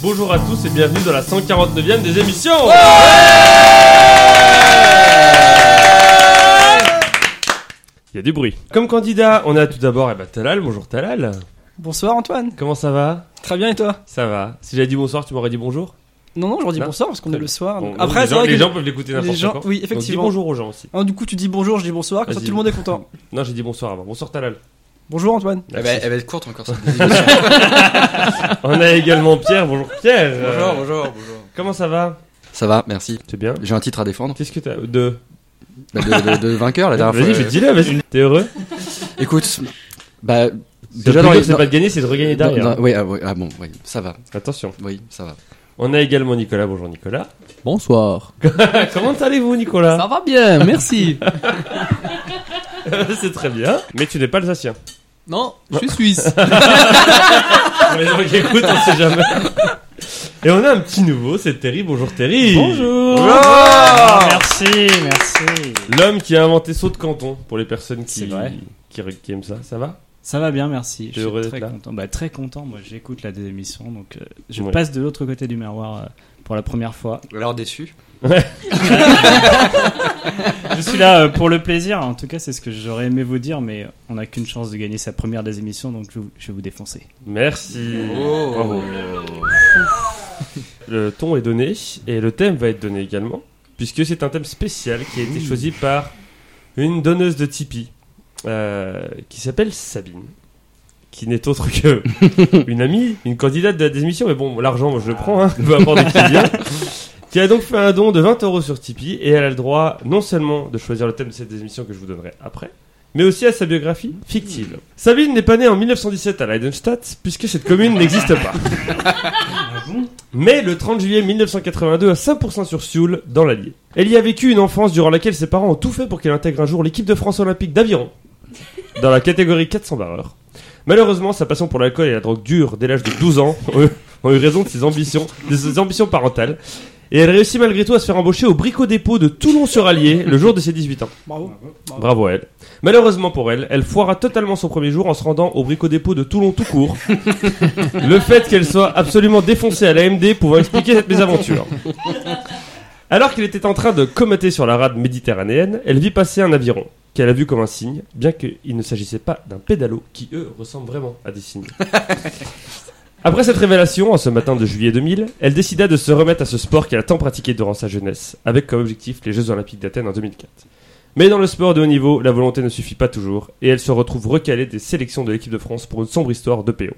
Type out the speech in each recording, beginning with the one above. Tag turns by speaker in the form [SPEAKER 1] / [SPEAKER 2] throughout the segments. [SPEAKER 1] Bonjour à tous et bienvenue dans la 149e des émissions Il y a du bruit. Comme candidat, on a tout d'abord eh ben, Talal. Bonjour Talal.
[SPEAKER 2] Bonsoir Antoine.
[SPEAKER 1] Comment ça va
[SPEAKER 2] Très bien et toi
[SPEAKER 1] Ça va. Si j'avais dit bonsoir, tu m'aurais dit bonjour
[SPEAKER 2] Non non, j'aurais dit
[SPEAKER 1] Non.
[SPEAKER 2] bonsoir parce qu'on
[SPEAKER 1] Très
[SPEAKER 2] est le
[SPEAKER 1] bien.
[SPEAKER 2] soir. donc-
[SPEAKER 1] Bon,
[SPEAKER 2] Après
[SPEAKER 1] les
[SPEAKER 2] c'est
[SPEAKER 1] gens,
[SPEAKER 2] vrai
[SPEAKER 1] les
[SPEAKER 2] que
[SPEAKER 1] gens peuvent l'écouter
[SPEAKER 2] les
[SPEAKER 1] n'importe
[SPEAKER 2] gens-
[SPEAKER 1] quand.
[SPEAKER 2] oui,
[SPEAKER 1] Donc, dis
[SPEAKER 2] effectivement.
[SPEAKER 1] bonjour aux gens aussi.
[SPEAKER 2] Ah, du coup, tu dis bonjour, je dis bonsoir, comme ça
[SPEAKER 1] Vas-y.
[SPEAKER 2] tout le monde est content.
[SPEAKER 1] Non, j'ai dit bonsoir avant. Bonsoir Talal.
[SPEAKER 2] Eh Bonjour Antoine.
[SPEAKER 3] Elle
[SPEAKER 1] Merci.
[SPEAKER 3] va, Eh ben, elle va être courte encore cette émission.
[SPEAKER 2] ben.
[SPEAKER 1] On a également Pierre. Bonjour Pierre.
[SPEAKER 3] bonjour, bonjour, bonjour.
[SPEAKER 1] Comment ça va
[SPEAKER 3] Ça va, merci.
[SPEAKER 1] C'est bien.
[SPEAKER 3] J'ai un titre à défendre.
[SPEAKER 1] Qu'est-ce que t'as de
[SPEAKER 3] Bah, de, de- de vainqueur la dernière
[SPEAKER 1] Vas-y,
[SPEAKER 3] fois. euh,
[SPEAKER 1] je dis là. Vas-y. T'es heureux
[SPEAKER 3] Écoute, bah
[SPEAKER 1] Déjà,
[SPEAKER 3] déjà dans les.
[SPEAKER 1] c'est pas de gagner, c'est de regagner
[SPEAKER 3] dans-
[SPEAKER 1] derrière.
[SPEAKER 3] dans- ouais, ah, ouais, ah bon, oui, ça va.
[SPEAKER 1] Attention.
[SPEAKER 3] Oui, ça va.
[SPEAKER 1] On a également Nicolas. Bonjour Nicolas.
[SPEAKER 4] Bonsoir.
[SPEAKER 1] Ah, Comment allez-vous Nicolas
[SPEAKER 4] Ça va bien, merci.
[SPEAKER 1] C'est très bien. Mais tu n'es pas alsacien.
[SPEAKER 4] Non, je suis suisse.
[SPEAKER 1] Pour les gens qui écoutent, on sait jamais. Et on a un petit nouveau, c'est Terry. Bonjour Terry.
[SPEAKER 4] Bonjour.
[SPEAKER 1] Ah, Merci,
[SPEAKER 5] Merci.
[SPEAKER 1] L'homme qui a inventé saut de canton pour les personnes qui,
[SPEAKER 5] C'est vrai.
[SPEAKER 1] qui, qui aiment ça. Ça va
[SPEAKER 5] Ça va bien, merci.
[SPEAKER 1] T'es
[SPEAKER 5] Je
[SPEAKER 1] heureux
[SPEAKER 5] suis
[SPEAKER 1] d'être
[SPEAKER 5] très
[SPEAKER 1] là
[SPEAKER 5] content. Bah, très content. Moi, j'écoute la émission, donc euh, je
[SPEAKER 1] Ouais.
[SPEAKER 5] passe de l'autre côté du miroir euh, pour la première fois.
[SPEAKER 3] Alors déçu.
[SPEAKER 5] Je suis là euh, pour le plaisir. En tout cas, c'est ce que j'aurais aimé vous dire, mais on n'a qu'une chance de gagner sa première des émissions, donc je, vous- je vais vous défoncer.
[SPEAKER 1] Merci.
[SPEAKER 3] Oh.
[SPEAKER 1] Bravo. Le ton est donné et le thème va être donné également, puisque c'est un thème spécial qui a été choisi par une donneuse de Tipeee euh, qui s'appelle Sabine, qui n'est autre que une amie, une candidate de la démission, mais bon, l'argent, moi je le prends, hein, peu importe d'où qu'il vient, qui a donc fait un don de 20 euros sur Tipeee et elle a le droit non seulement de choisir le thème de cette émission que je vous donnerai après, mais aussi à sa biographie fictive. Sabine n'est pas née en 1917 à Leidenstadt, puisque cette commune n'existe pas. Mais le 30 juillet 1982 à 5% sur Sioule, dans l'Allier. Elle y a vécu une enfance durant laquelle ses parents ont tout fait pour qu'elle intègre un jour l'équipe de France olympique d'aviron, dans la catégorie 400 barreurs. Malheureusement, sa passion pour l'alcool et la drogue dure dès l'âge de 12 ans ont eu- ont eu raison de ses ambitions, de ses ambitions parentales. Et elle réussit malgré tout à se faire embaucher au bricot-dépôt de Toulon-sur-Allier le jour de ses 18 ans.
[SPEAKER 2] Bravo.
[SPEAKER 1] Bravo à elle. Malheureusement pour elle, elle foira totalement son premier jour en se rendant au brico-dépôt de Toulon tout court. Le fait qu'elle soit absolument défoncée à l'AMD pouvant expliquer cette mésaventure. Alors qu'elle était en train de comater sur la rade méditerranéenne, elle vit passer un aviron, qu'elle a vu comme un signe, bien qu'il ne s'agissait pas d'un pédalo, qui eux ressemblent vraiment à des signes. Après cette révélation, en ce matin de juillet 2000, elle décida de se remettre à ce sport qu'elle a tant pratiqué durant sa jeunesse, avec comme objectif les Jeux Olympiques d'Athènes en 2004. Mais dans le sport de haut niveau, la volonté ne suffit pas toujours, et elle se retrouve recalée des sélections de l'équipe de France pour une sombre histoire d'EPO.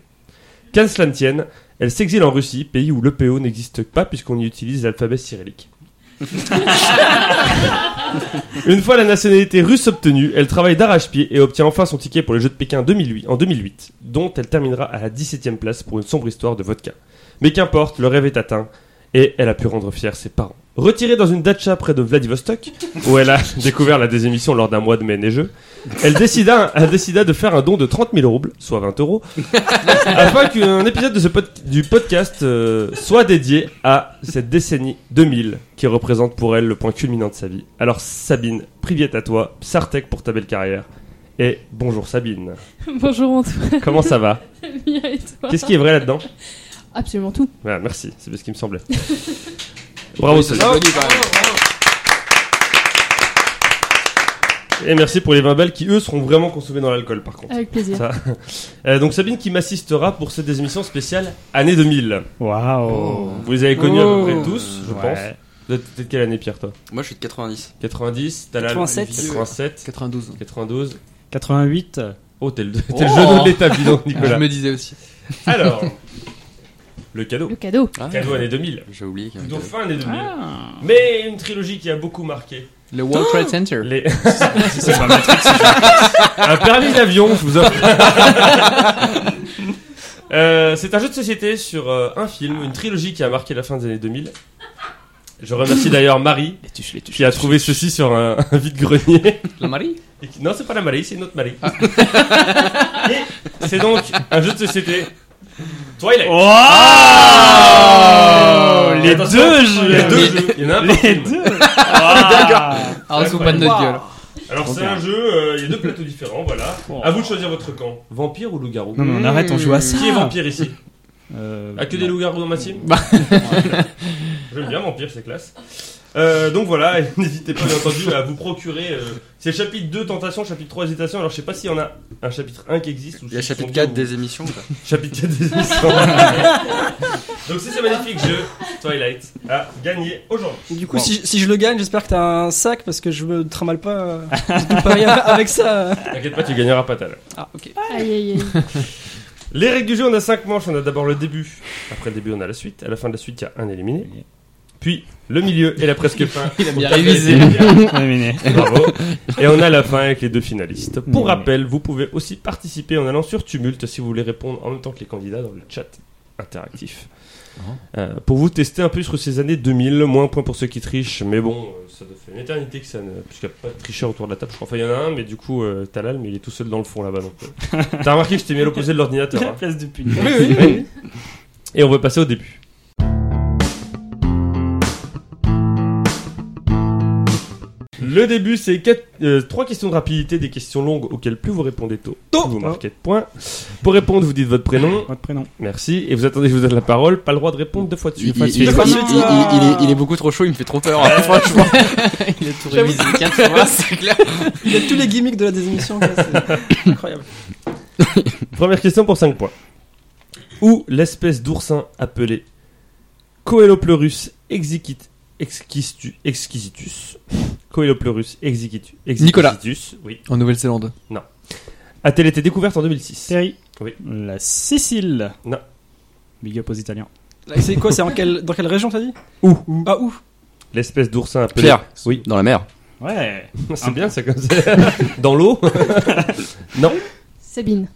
[SPEAKER 1] Qu'à cela ne tienne, elle s'exile en Russie, pays où l'EPO n'existe pas puisqu'on y utilise l'alphabet cyrillique. une fois la nationalité russe obtenue, elle travaille d'arrache-pied et obtient enfin son ticket pour les Jeux de Pékin 2008, en 2008, dont elle terminera à la 17ème place pour une sombre histoire de vodka. Mais qu'importe, le rêve est atteint, et elle a pu rendre fiers ses parents. Retirée dans une datcha près de Vladivostok, où elle a découvert la désémission lors d'un mois de mai neigeux, elle décida, elle décida de faire un don de 30 000 roubles, soit 20 euros, afin qu'un épisode de ce pod- du podcast euh, soit dédié à cette décennie 2000 qui représente pour elle le point culminant de sa vie. Alors Sabine, priviette à toi, Sartek pour ta belle carrière. Et bonjour Sabine,
[SPEAKER 6] Bonjour Antoine,
[SPEAKER 1] comment ça va
[SPEAKER 6] bien et toi
[SPEAKER 1] Qu'est-ce qui est vrai là-dedans
[SPEAKER 6] Absolument tout.
[SPEAKER 1] Voilà, Merci, c'est ce qui me semblait. Bravo Sabine. Et merci pour les 20 balles qui eux seront vraiment consommées dans l'alcool par contre.
[SPEAKER 6] Avec plaisir.
[SPEAKER 1] Ça. Euh, donc Sabine qui m'assistera pour cette émission spéciale année 2000.
[SPEAKER 5] Waouh.
[SPEAKER 1] Vous les avez connus
[SPEAKER 2] Oh.
[SPEAKER 1] à peu près tous, je
[SPEAKER 5] Ouais.
[SPEAKER 1] pense. Vous êtes peut-être quelle année Pierre toi
[SPEAKER 3] Moi, je suis de 90.
[SPEAKER 1] 90, t'as la
[SPEAKER 2] 87.
[SPEAKER 1] 87,
[SPEAKER 4] 92.
[SPEAKER 1] 92.
[SPEAKER 5] 88. euh,
[SPEAKER 1] Oh, t'es le, t'es le jeu de l'état, dis donc,
[SPEAKER 4] Je
[SPEAKER 1] Nicolas.
[SPEAKER 4] me disais aussi.
[SPEAKER 1] Alors, le cadeau.
[SPEAKER 6] Le cadeau.
[SPEAKER 3] Ah,
[SPEAKER 1] Cadeau année 2000.
[SPEAKER 3] J'ai oublié. qu'il y avait
[SPEAKER 1] Plutôt
[SPEAKER 3] un
[SPEAKER 1] fin année 2000.
[SPEAKER 5] Ah. Oh.
[SPEAKER 1] Mais une trilogie qui a beaucoup marqué.
[SPEAKER 4] Le World Trade Center.
[SPEAKER 1] Les... un permis d'avion, je vous offre. Euh, c'est un jeu de société sur euh, un film, une trilogie qui a marqué la fin des années 2000. Je remercie d'ailleurs Marie,
[SPEAKER 4] Les tuches, les tuches.
[SPEAKER 1] qui a trouvé ceci sur un, un vide-grenier.
[SPEAKER 4] La Marie
[SPEAKER 1] Et qui- Non, c'est pas la Marie, c'est une autre
[SPEAKER 4] Ah.
[SPEAKER 1] Marie. Et c'est donc un jeu de société. Twilight.
[SPEAKER 5] Oh, Waouh. Les
[SPEAKER 1] Oh. Attention, Il y
[SPEAKER 5] deux
[SPEAKER 1] a
[SPEAKER 5] jeux.
[SPEAKER 1] deux jeux. Il y en a un par
[SPEAKER 5] Les
[SPEAKER 1] film.
[SPEAKER 5] deux.
[SPEAKER 4] Ah, sous pas de notre gueule.
[SPEAKER 1] Alors c'est un jeu, euh, il y a deux plateaux Ah, différents, voilà. À vous de choisir votre camp. Oh. Vampire ou loup-garou
[SPEAKER 5] Non mais on arrête, on joue à ça.
[SPEAKER 1] Qui est vampire ici
[SPEAKER 5] Euh,
[SPEAKER 1] Ah, que des
[SPEAKER 5] non.
[SPEAKER 1] loups-garous dans ma team
[SPEAKER 4] Bah.
[SPEAKER 1] J'aime bien Vampire, c'est classe. Euh, donc voilà, et n'hésitez pas bien entendu à vous procurer. euh, c'est le chapitre 2 tentation, chapitre 3 hésitation. Alors je sais pas s'il y en a un chapitre 1 qui existe ou
[SPEAKER 3] Il y a
[SPEAKER 1] si
[SPEAKER 3] chapitre
[SPEAKER 1] ils sont
[SPEAKER 3] 4
[SPEAKER 1] deux ou-
[SPEAKER 3] des émissions ou pas
[SPEAKER 1] Chapitre 4 des émissions. donc c'est ce magnifique jeu, Twilight, a gagné aujourd'hui.
[SPEAKER 2] Du coup,
[SPEAKER 1] Bon.
[SPEAKER 2] si, si je le gagne, j'espère que t'as un sac parce que je me trimballe pas euh, de Paris avec ça. euh.
[SPEAKER 1] T'inquiète pas, tu gagneras pas tout à l'heure.
[SPEAKER 2] Ah, ok.
[SPEAKER 6] Aïe aïe aïe.
[SPEAKER 1] Les règles du jeu, on a 5 manches. On a d'abord le début. Après le début, on a la suite. À la fin de la suite, il y a un éliminé. Puis le milieu et la presque fin.
[SPEAKER 4] Il a bien
[SPEAKER 1] Au
[SPEAKER 4] révisé.
[SPEAKER 1] café, bien.
[SPEAKER 5] Ouais, mais non.
[SPEAKER 1] Bravo. Et on a la fin avec les deux finalistes. Pour
[SPEAKER 5] Mmh.
[SPEAKER 1] rappel, vous pouvez aussi participer en allant sur Tumult si vous voulez répondre en même temps que les candidats dans le chat interactif. Euh, pour vous tester un peu sur ces années 2000, moins point pour ceux qui trichent, mais bon, euh, ça doit faire une éternité que ça ne. Puisqu'il n'y a pas de tricheur autour de la table, je crois. Enfin, il y en a un, mais du coup, euh, Talal, mais il est tout seul dans le fond là-bas. donc, euh. T'as remarqué que je t'ai mis à l'opposé de l'ordinateur.
[SPEAKER 5] La
[SPEAKER 1] hein.
[SPEAKER 5] place du punir.
[SPEAKER 1] Et on va passer au début. Le début, c'est quatre- euh, trois questions de rapidité, des questions longues auxquelles plus vous répondez tôt,
[SPEAKER 2] Tôt.
[SPEAKER 1] vous marquez de points. Pour répondre, vous dites votre prénom,
[SPEAKER 5] Votre prénom.
[SPEAKER 1] merci, et vous attendez que je vous donne la parole. Pas le droit de répondre deux fois de
[SPEAKER 3] il,
[SPEAKER 1] suite.
[SPEAKER 3] il- il-
[SPEAKER 2] Deux fois de
[SPEAKER 3] il-
[SPEAKER 2] suite.
[SPEAKER 3] il- il- il est, il est beaucoup trop chaud, il me fait trop peur. hein, franchement,
[SPEAKER 4] Il a tout révisé quatre fois.
[SPEAKER 3] c'est clair.
[SPEAKER 2] Il y a tous les gimmicks de la désémission. quoi, c'est incroyable.
[SPEAKER 1] Première question pour 5 points. Où l'espèce d'oursin appelée Coeloplurus exquit- exquisitu- exquisitus, Coeloplurus exquisitu- exquisitus,
[SPEAKER 4] Nicolas.
[SPEAKER 1] oui,
[SPEAKER 4] En Nouvelle-Zélande.
[SPEAKER 1] a-t-elle été découverte en 2006
[SPEAKER 5] Thierry.
[SPEAKER 1] Oui.
[SPEAKER 5] La Sicile.
[SPEAKER 1] Non.
[SPEAKER 5] Big up aux Italiens.
[SPEAKER 2] Et C'est quoi C'est en quelle, dans quelle région t'as dit
[SPEAKER 1] Où
[SPEAKER 2] Ah, où
[SPEAKER 1] L'espèce d'oursin appelé.
[SPEAKER 3] Pierre.
[SPEAKER 1] Oui.
[SPEAKER 3] Dans la mer.
[SPEAKER 5] Ouais.
[SPEAKER 1] C'est bien, c'est comme ça. Dans l'eau
[SPEAKER 6] Sabine.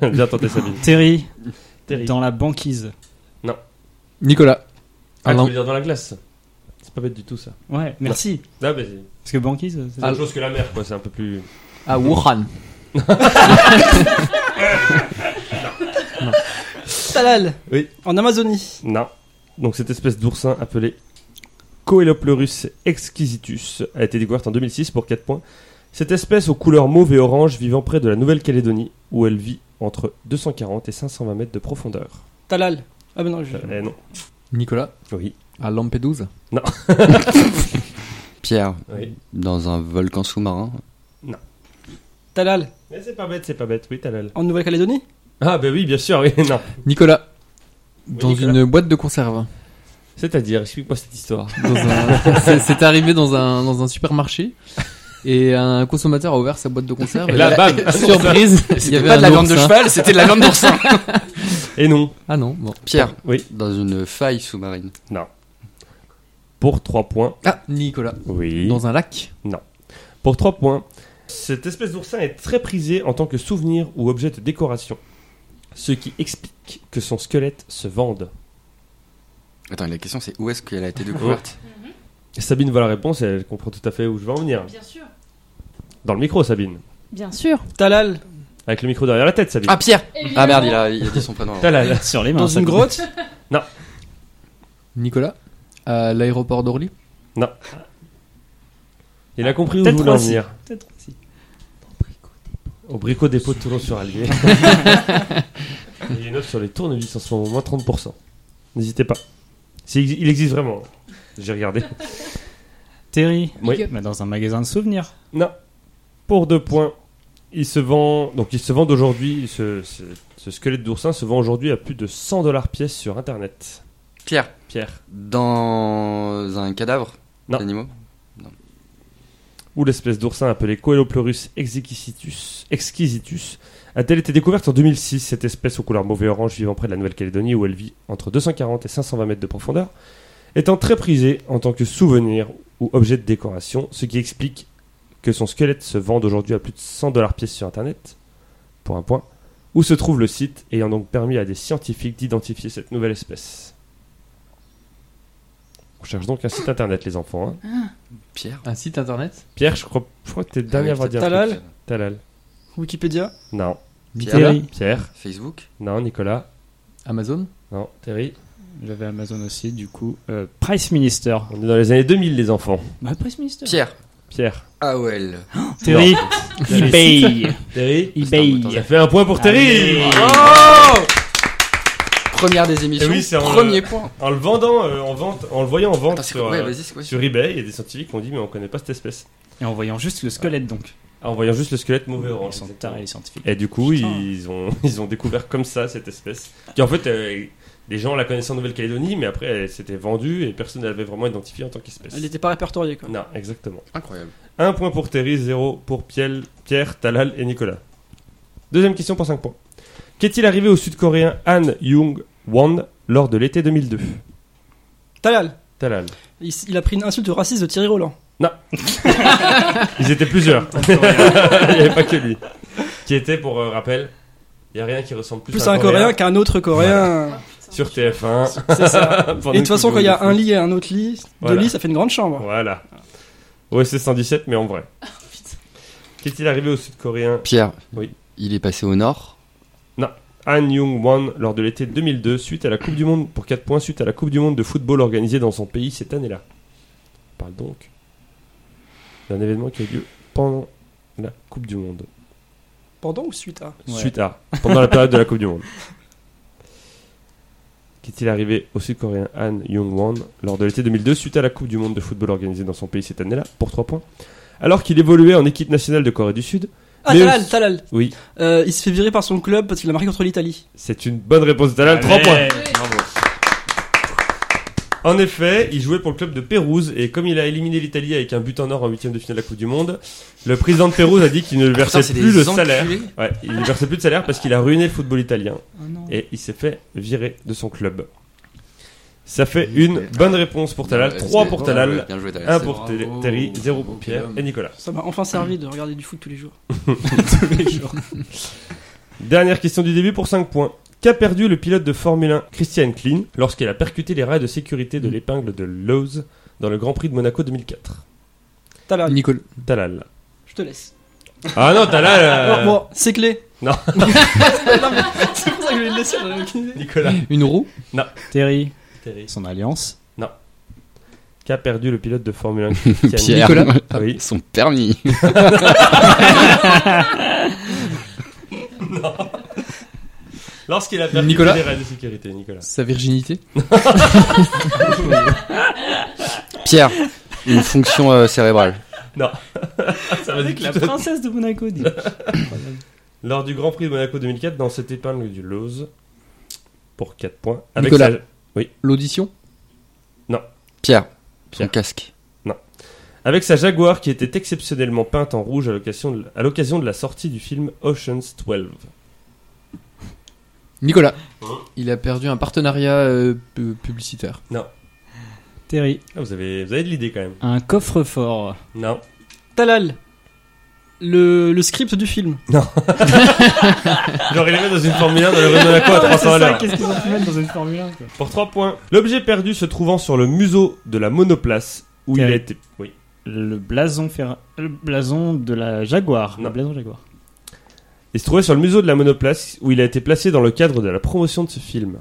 [SPEAKER 1] Bien tenté, Sabine.
[SPEAKER 5] Terry.
[SPEAKER 1] Terry.
[SPEAKER 5] Dans la banquise.
[SPEAKER 4] Nicolas.
[SPEAKER 1] Ah, tu
[SPEAKER 4] Alain.
[SPEAKER 1] veux dire dans la glace C'est pas bête du tout, ça.
[SPEAKER 5] Ouais, merci.
[SPEAKER 1] Là, bah, c'est
[SPEAKER 5] Parce que banquise, c'est
[SPEAKER 1] la même chose que la mer, quoi. C'est un peu plus.
[SPEAKER 4] À Wuhan.
[SPEAKER 2] Talal.
[SPEAKER 1] Oui.
[SPEAKER 2] En Amazonie.
[SPEAKER 1] Non. Donc, cette espèce d'oursin appelée Coeloplurus exquisitus a été découverte en 2006 pour 4 points. Cette espèce aux couleurs mauve et orange vivant près de la Nouvelle-Calédonie où elle vit entre 240 et 520 mètres de profondeur.
[SPEAKER 2] Talal. Ah, ben non, je...
[SPEAKER 1] Euh, eh non.
[SPEAKER 4] Nicolas.
[SPEAKER 1] Oui.
[SPEAKER 4] À Lampedusa.
[SPEAKER 3] Pierre,
[SPEAKER 1] Oui.
[SPEAKER 3] dans un volcan sous-marin.
[SPEAKER 2] Talal.
[SPEAKER 1] Mais c'est pas bête, c'est pas bête. Oui, Talal.
[SPEAKER 2] En Nouvelle-Calédonie
[SPEAKER 1] Ah, bah oui, bien sûr, oui. Non.
[SPEAKER 4] Nicolas. Dans
[SPEAKER 1] Nicolas.
[SPEAKER 4] une boîte de conserve.
[SPEAKER 1] C'est-à-dire, explique-moi cette histoire.
[SPEAKER 4] Ah. Dans un- c'est- C'est arrivé dans un, dans un supermarché. Et un consommateur a ouvert sa boîte de conserve.
[SPEAKER 1] Et là, bam
[SPEAKER 4] surprise, il y avait
[SPEAKER 3] pas de la
[SPEAKER 4] un
[SPEAKER 3] viande de
[SPEAKER 4] oursin.
[SPEAKER 3] cheval, c'était de la viande d'oursin.
[SPEAKER 1] Et non.
[SPEAKER 4] Ah non, bon.
[SPEAKER 3] Pierre,
[SPEAKER 1] Oui.
[SPEAKER 3] dans une faille sous-marine.
[SPEAKER 1] Pour 3 points.
[SPEAKER 4] Ah, Nicolas.
[SPEAKER 1] Oui.
[SPEAKER 4] Dans un lac.
[SPEAKER 1] Pour 3 points. Cette espèce d'oursin est très prisée en tant que souvenir ou objet de décoration. Ce qui explique que son squelette se vende.
[SPEAKER 3] Attends, la question c'est où est-ce qu'elle a été
[SPEAKER 1] Oh.
[SPEAKER 3] découverte
[SPEAKER 1] Sabine voit la réponse et elle comprend tout à fait où je veux en venir.
[SPEAKER 6] Bien sûr.
[SPEAKER 1] Dans le micro, Sabine.
[SPEAKER 6] Bien sûr.
[SPEAKER 2] Talal.
[SPEAKER 1] Avec le micro derrière la tête, Sabine.
[SPEAKER 3] Ah, Pierre Ah merde, il a, il a dit son prénom.
[SPEAKER 1] T'as la- la-
[SPEAKER 5] sur les mains.
[SPEAKER 2] Dans
[SPEAKER 5] ça
[SPEAKER 2] une
[SPEAKER 5] compte.
[SPEAKER 2] grotte
[SPEAKER 4] Nicolas. À l'aéroport d'Orly.
[SPEAKER 1] Il a compris où je
[SPEAKER 5] Peut-être
[SPEAKER 1] voulais en
[SPEAKER 5] aussi.
[SPEAKER 1] venir.
[SPEAKER 5] Peut-être aussi.
[SPEAKER 1] Au bricot dépôt de Toulon sur Allier. il y a une offre sur les tournevis en ce moment, moins 30%. N'hésitez pas. C'est- Il existe vraiment. J'ai regardé.
[SPEAKER 5] Terry.
[SPEAKER 1] Oui.
[SPEAKER 5] Bah, dans un magasin de souvenirs.
[SPEAKER 1] Non. Pour deux points, il se vend. Donc, il se vend aujourd'hui. Ce, ce- ce squelette d'oursin se vend aujourd'hui à plus de 100 dollars pièce sur Internet.
[SPEAKER 3] Pierre,
[SPEAKER 1] Pierre.
[SPEAKER 3] dans un cadavre
[SPEAKER 1] Non.
[SPEAKER 3] d'animaux
[SPEAKER 1] Ou l'espèce d'oursin appelée Coeloplurus exquisitus, exquisitus a-t-elle été découverte en 2006 Cette espèce aux couleurs mauvais orange vivant près de la Nouvelle-Calédonie où elle vit entre 240 et 520 mètres de profondeur, étant très prisée en tant que souvenir ou objet de décoration, ce qui explique que son squelette se vende aujourd'hui à plus de 100 dollars pièce sur Internet, pour un point, où se trouve le site ayant donc permis à des scientifiques d'identifier cette nouvelle espèce. On cherche donc un site Internet, les enfants. hein.
[SPEAKER 3] Pierre
[SPEAKER 4] Un site internet.
[SPEAKER 1] Pierre, je crois, je crois que t'es le dernier à avoir dit un truc.
[SPEAKER 2] Talal
[SPEAKER 1] Talal.
[SPEAKER 2] Wikipédia
[SPEAKER 1] Non.
[SPEAKER 3] Pierre
[SPEAKER 5] Terry.
[SPEAKER 1] Pierre.
[SPEAKER 3] Facebook
[SPEAKER 1] Non, Nicolas.
[SPEAKER 4] Amazon.
[SPEAKER 1] Non, Terry.
[SPEAKER 5] J'avais Amazon aussi, du coup. Euh, Price Minister.
[SPEAKER 1] On est dans les années 2000, les enfants.
[SPEAKER 5] Bah, Price Minister.
[SPEAKER 3] Pierre
[SPEAKER 1] Pierre.
[SPEAKER 3] Ah, AOL.
[SPEAKER 5] Terry. eBay.
[SPEAKER 1] Terry.
[SPEAKER 5] eBay.
[SPEAKER 3] Attends,
[SPEAKER 1] Ça fait un point pour Terry
[SPEAKER 5] Allez.
[SPEAKER 1] Oh
[SPEAKER 3] première des émissions.
[SPEAKER 1] Eh oui, c'est en-
[SPEAKER 3] premier point.
[SPEAKER 1] En le vendant, euh, en vente, en le voyant en vente
[SPEAKER 3] Attends, c'est
[SPEAKER 1] sur,
[SPEAKER 3] quoi Ouais,
[SPEAKER 1] euh,
[SPEAKER 3] vas-y, c'est quoi
[SPEAKER 1] sur eBay, il y a des scientifiques qui ont dit mais on connaît pas cette espèce.
[SPEAKER 5] Et en voyant juste le squelette, donc.
[SPEAKER 1] Ah, en voyant juste le squelette mauvais
[SPEAKER 5] Ils
[SPEAKER 1] orange.
[SPEAKER 5] sont
[SPEAKER 1] exactement.
[SPEAKER 5] tarés, les scientifiques.
[SPEAKER 1] Et du coup,
[SPEAKER 5] Putain.
[SPEAKER 1] ils ont, ils ont découvert comme ça cette espèce. Qui en fait, euh, les gens la connaissaient en Nouvelle-Calédonie, mais après, elle s'était vendue et personne ne l'avait vraiment identifiée en tant qu'espèce.
[SPEAKER 2] Elle n'était pas répertoriée, quoi.
[SPEAKER 1] Non, exactement.
[SPEAKER 3] Incroyable.
[SPEAKER 1] Un point pour Terry, zéro pour Piel- Pierre, Talal et Nicolas. Deuxième question pour 5 points. Qu'est-il arrivé au Sud-Coréen Han Young-won lors de l'été 2002
[SPEAKER 2] Talal,
[SPEAKER 1] Talal.
[SPEAKER 2] il, s- il a pris une insulte raciste de Thierry Roland.
[SPEAKER 1] Ils étaient plusieurs. il n'y avait pas que lui. Qui était, pour euh, rappel, il n'y a rien qui ressemble plus,
[SPEAKER 2] Plus un Coréen qu'un autre Coréen.
[SPEAKER 1] sur TF1.
[SPEAKER 2] C'est ça.
[SPEAKER 1] pendant
[SPEAKER 2] Et de
[SPEAKER 1] une
[SPEAKER 2] toute façon,
[SPEAKER 1] Coupe
[SPEAKER 2] quand il y
[SPEAKER 1] du
[SPEAKER 2] a
[SPEAKER 1] Monde
[SPEAKER 2] un
[SPEAKER 1] de foot.
[SPEAKER 2] lit et un autre lit, deux
[SPEAKER 1] Voilà.
[SPEAKER 2] lits, ça fait une grande chambre.
[SPEAKER 1] Voilà. OSS 117, mais en vrai. Qu'est-il arrivé au Sud-Coréen
[SPEAKER 3] Pierre.
[SPEAKER 1] Oui.
[SPEAKER 3] Il est passé au nord.
[SPEAKER 1] Han Young-won lors de l'été 2002 suite à la Coupe du Monde pour 4 points suite à la Coupe du Monde de football organisée dans son pays cette année-là. On parle donc d'un événement qui a eu lieu pendant la Coupe du Monde.
[SPEAKER 2] Pendant ou suite à
[SPEAKER 5] Ouais.
[SPEAKER 1] Suite à pendant la période de la Coupe du Monde. Qu'est-il arrivé au Sud-Coréen Han Young-won lors de l'été 2002 suite à la Coupe du Monde de football organisée dans son pays cette année-là pour 3 points alors qu'il évoluait en équipe nationale de Corée du Sud
[SPEAKER 2] Ah,
[SPEAKER 1] Mais
[SPEAKER 2] Talal,
[SPEAKER 1] aussi-
[SPEAKER 2] Talal.
[SPEAKER 1] Oui,
[SPEAKER 2] Euh, il se fait virer par son club parce qu'il a marqué contre l'Italie.
[SPEAKER 1] c'est une bonne réponse de Talal, 3
[SPEAKER 5] Allez.
[SPEAKER 1] points. En effet, il jouait pour le club de Pérouse et comme il a éliminé l'Italie avec un but en or en huitième de finale de la Coupe du Monde, le président de Pérouse a dit qu'il ne lui versait
[SPEAKER 3] Putain, c'est
[SPEAKER 1] plus
[SPEAKER 3] des
[SPEAKER 1] le
[SPEAKER 3] enculés.
[SPEAKER 1] salaire. Ouais, il ne versait plus de salaire parce qu'il a ruiné le football italien et il s'est fait virer de son club. Ça fait une bonne réponse pour Talal,
[SPEAKER 3] Ouais,
[SPEAKER 1] 3
[SPEAKER 3] c'est-
[SPEAKER 1] pour
[SPEAKER 3] ouais,
[SPEAKER 1] Talal,
[SPEAKER 3] Bien joué, Talal.
[SPEAKER 1] 1
[SPEAKER 3] c'est
[SPEAKER 1] pour
[SPEAKER 4] vrai.
[SPEAKER 1] Té-
[SPEAKER 4] Bravo.
[SPEAKER 1] Terry, 0 pour
[SPEAKER 4] Bravo,
[SPEAKER 1] Pierre
[SPEAKER 4] Guillaume.
[SPEAKER 1] et Nicolas.
[SPEAKER 2] Ça m'a enfin servi de regarder du foot tous les jours.
[SPEAKER 1] Dernière question du début pour 5 points. Qu'a perdu le pilote de Formule 1 Christian Klein lorsqu'il a percuté les rails de sécurité de
[SPEAKER 3] Mm.
[SPEAKER 1] l'épingle de Lowe's dans le Grand Prix de Monaco 2004
[SPEAKER 2] Talal,
[SPEAKER 4] Nicole.
[SPEAKER 1] Talal.
[SPEAKER 2] je te laisse.
[SPEAKER 1] Ah non, Talal euh,
[SPEAKER 2] Alors, bon, c'est clé.
[SPEAKER 1] Non.
[SPEAKER 2] Non, mais c'est pour ça que je vais le laisser. j'avais aucune idée.
[SPEAKER 1] Nicolas.
[SPEAKER 4] Une roue
[SPEAKER 5] Terry, son alliance.
[SPEAKER 1] Qu'a perdu le pilote de Formule 1 Christian
[SPEAKER 3] Pierre.
[SPEAKER 4] Nicolas.
[SPEAKER 1] Oui.
[SPEAKER 3] Son permis.
[SPEAKER 1] Lorsqu'il a perdu
[SPEAKER 4] Nicolas.
[SPEAKER 1] les rails de sécurité, Nicolas.
[SPEAKER 4] Sa virginité
[SPEAKER 3] Pierre. Une fonction euh, cérébrale.
[SPEAKER 1] Ça va
[SPEAKER 5] Avec la princesse de Monaco, dit.
[SPEAKER 1] Lors du Grand Prix de Monaco 2004, dans cette épingle du Loz, pour 4 points. Avec
[SPEAKER 4] Nicolas.
[SPEAKER 1] sa,
[SPEAKER 4] L'audition
[SPEAKER 3] Pierre. Son
[SPEAKER 1] Pierre.
[SPEAKER 3] casque.
[SPEAKER 1] avec sa Jaguar qui était exceptionnellement peinte en rouge à l'occasion de, à l'occasion de la sortie du film Ocean's 12.
[SPEAKER 4] Nicolas. Il a perdu un partenariat euh, pu- publicitaire.
[SPEAKER 5] Terry,
[SPEAKER 1] Ah, vous, avez, vous avez de l'idée quand même.
[SPEAKER 5] un coffre-fort.
[SPEAKER 1] Non.
[SPEAKER 2] Talal, le, le script du film.
[SPEAKER 1] Genre, il est même dans une Formule 1 dans le rue de Monaco à 300 à l'heure.
[SPEAKER 5] qu'est-ce qu'ils ont pu mettre dans une Formule 1 quoi.
[SPEAKER 1] Pour 3 points. L'objet perdu se trouvant sur le museau de la monoplace où il a
[SPEAKER 5] Terry.
[SPEAKER 1] été. Oui.
[SPEAKER 5] Le blason, Ferra- le blason de la Jaguar.
[SPEAKER 1] Non.
[SPEAKER 5] Le blason Jaguar.
[SPEAKER 1] Il se trouvait sur le museau de la monoplace où il a été placé dans le cadre de la promotion de ce film.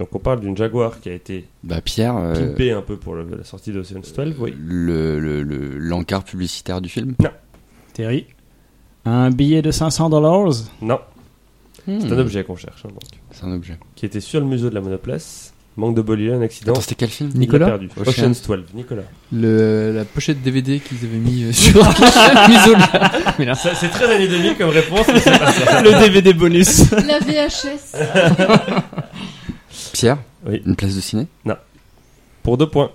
[SPEAKER 1] Donc on parle d'une Jaguar qui a été
[SPEAKER 3] Bah, Pierre. euh,
[SPEAKER 1] pimpée un peu pour le- la sortie de Ocean's 12,
[SPEAKER 3] Hmm.
[SPEAKER 1] oui.
[SPEAKER 3] le, le, le- l'encart publicitaire du film.
[SPEAKER 5] Terry, un billet de 500 dollars.
[SPEAKER 1] Non, c'est un
[SPEAKER 3] Hmm.
[SPEAKER 1] objet qu'on cherche, hein, donc.
[SPEAKER 3] C'est un objet.
[SPEAKER 1] Qui était sur le museau de la monoplace. Manque de bol, il y a eu un accident.
[SPEAKER 3] Attends, c'était quel film
[SPEAKER 1] il l'a
[SPEAKER 4] Nicolas
[SPEAKER 1] perdu. Ocean's 12, Nicolas.
[SPEAKER 4] Le, la pochette DVD qu'ils avaient mis euh, sur la mise au lit.
[SPEAKER 1] Ça, C'est très années 2000 comme réponse, mais c'est pas ça.
[SPEAKER 5] Le DVD bonus.
[SPEAKER 6] La VHS.
[SPEAKER 3] Pierre
[SPEAKER 1] Oui.
[SPEAKER 3] Une place de ciné
[SPEAKER 1] Pour deux points.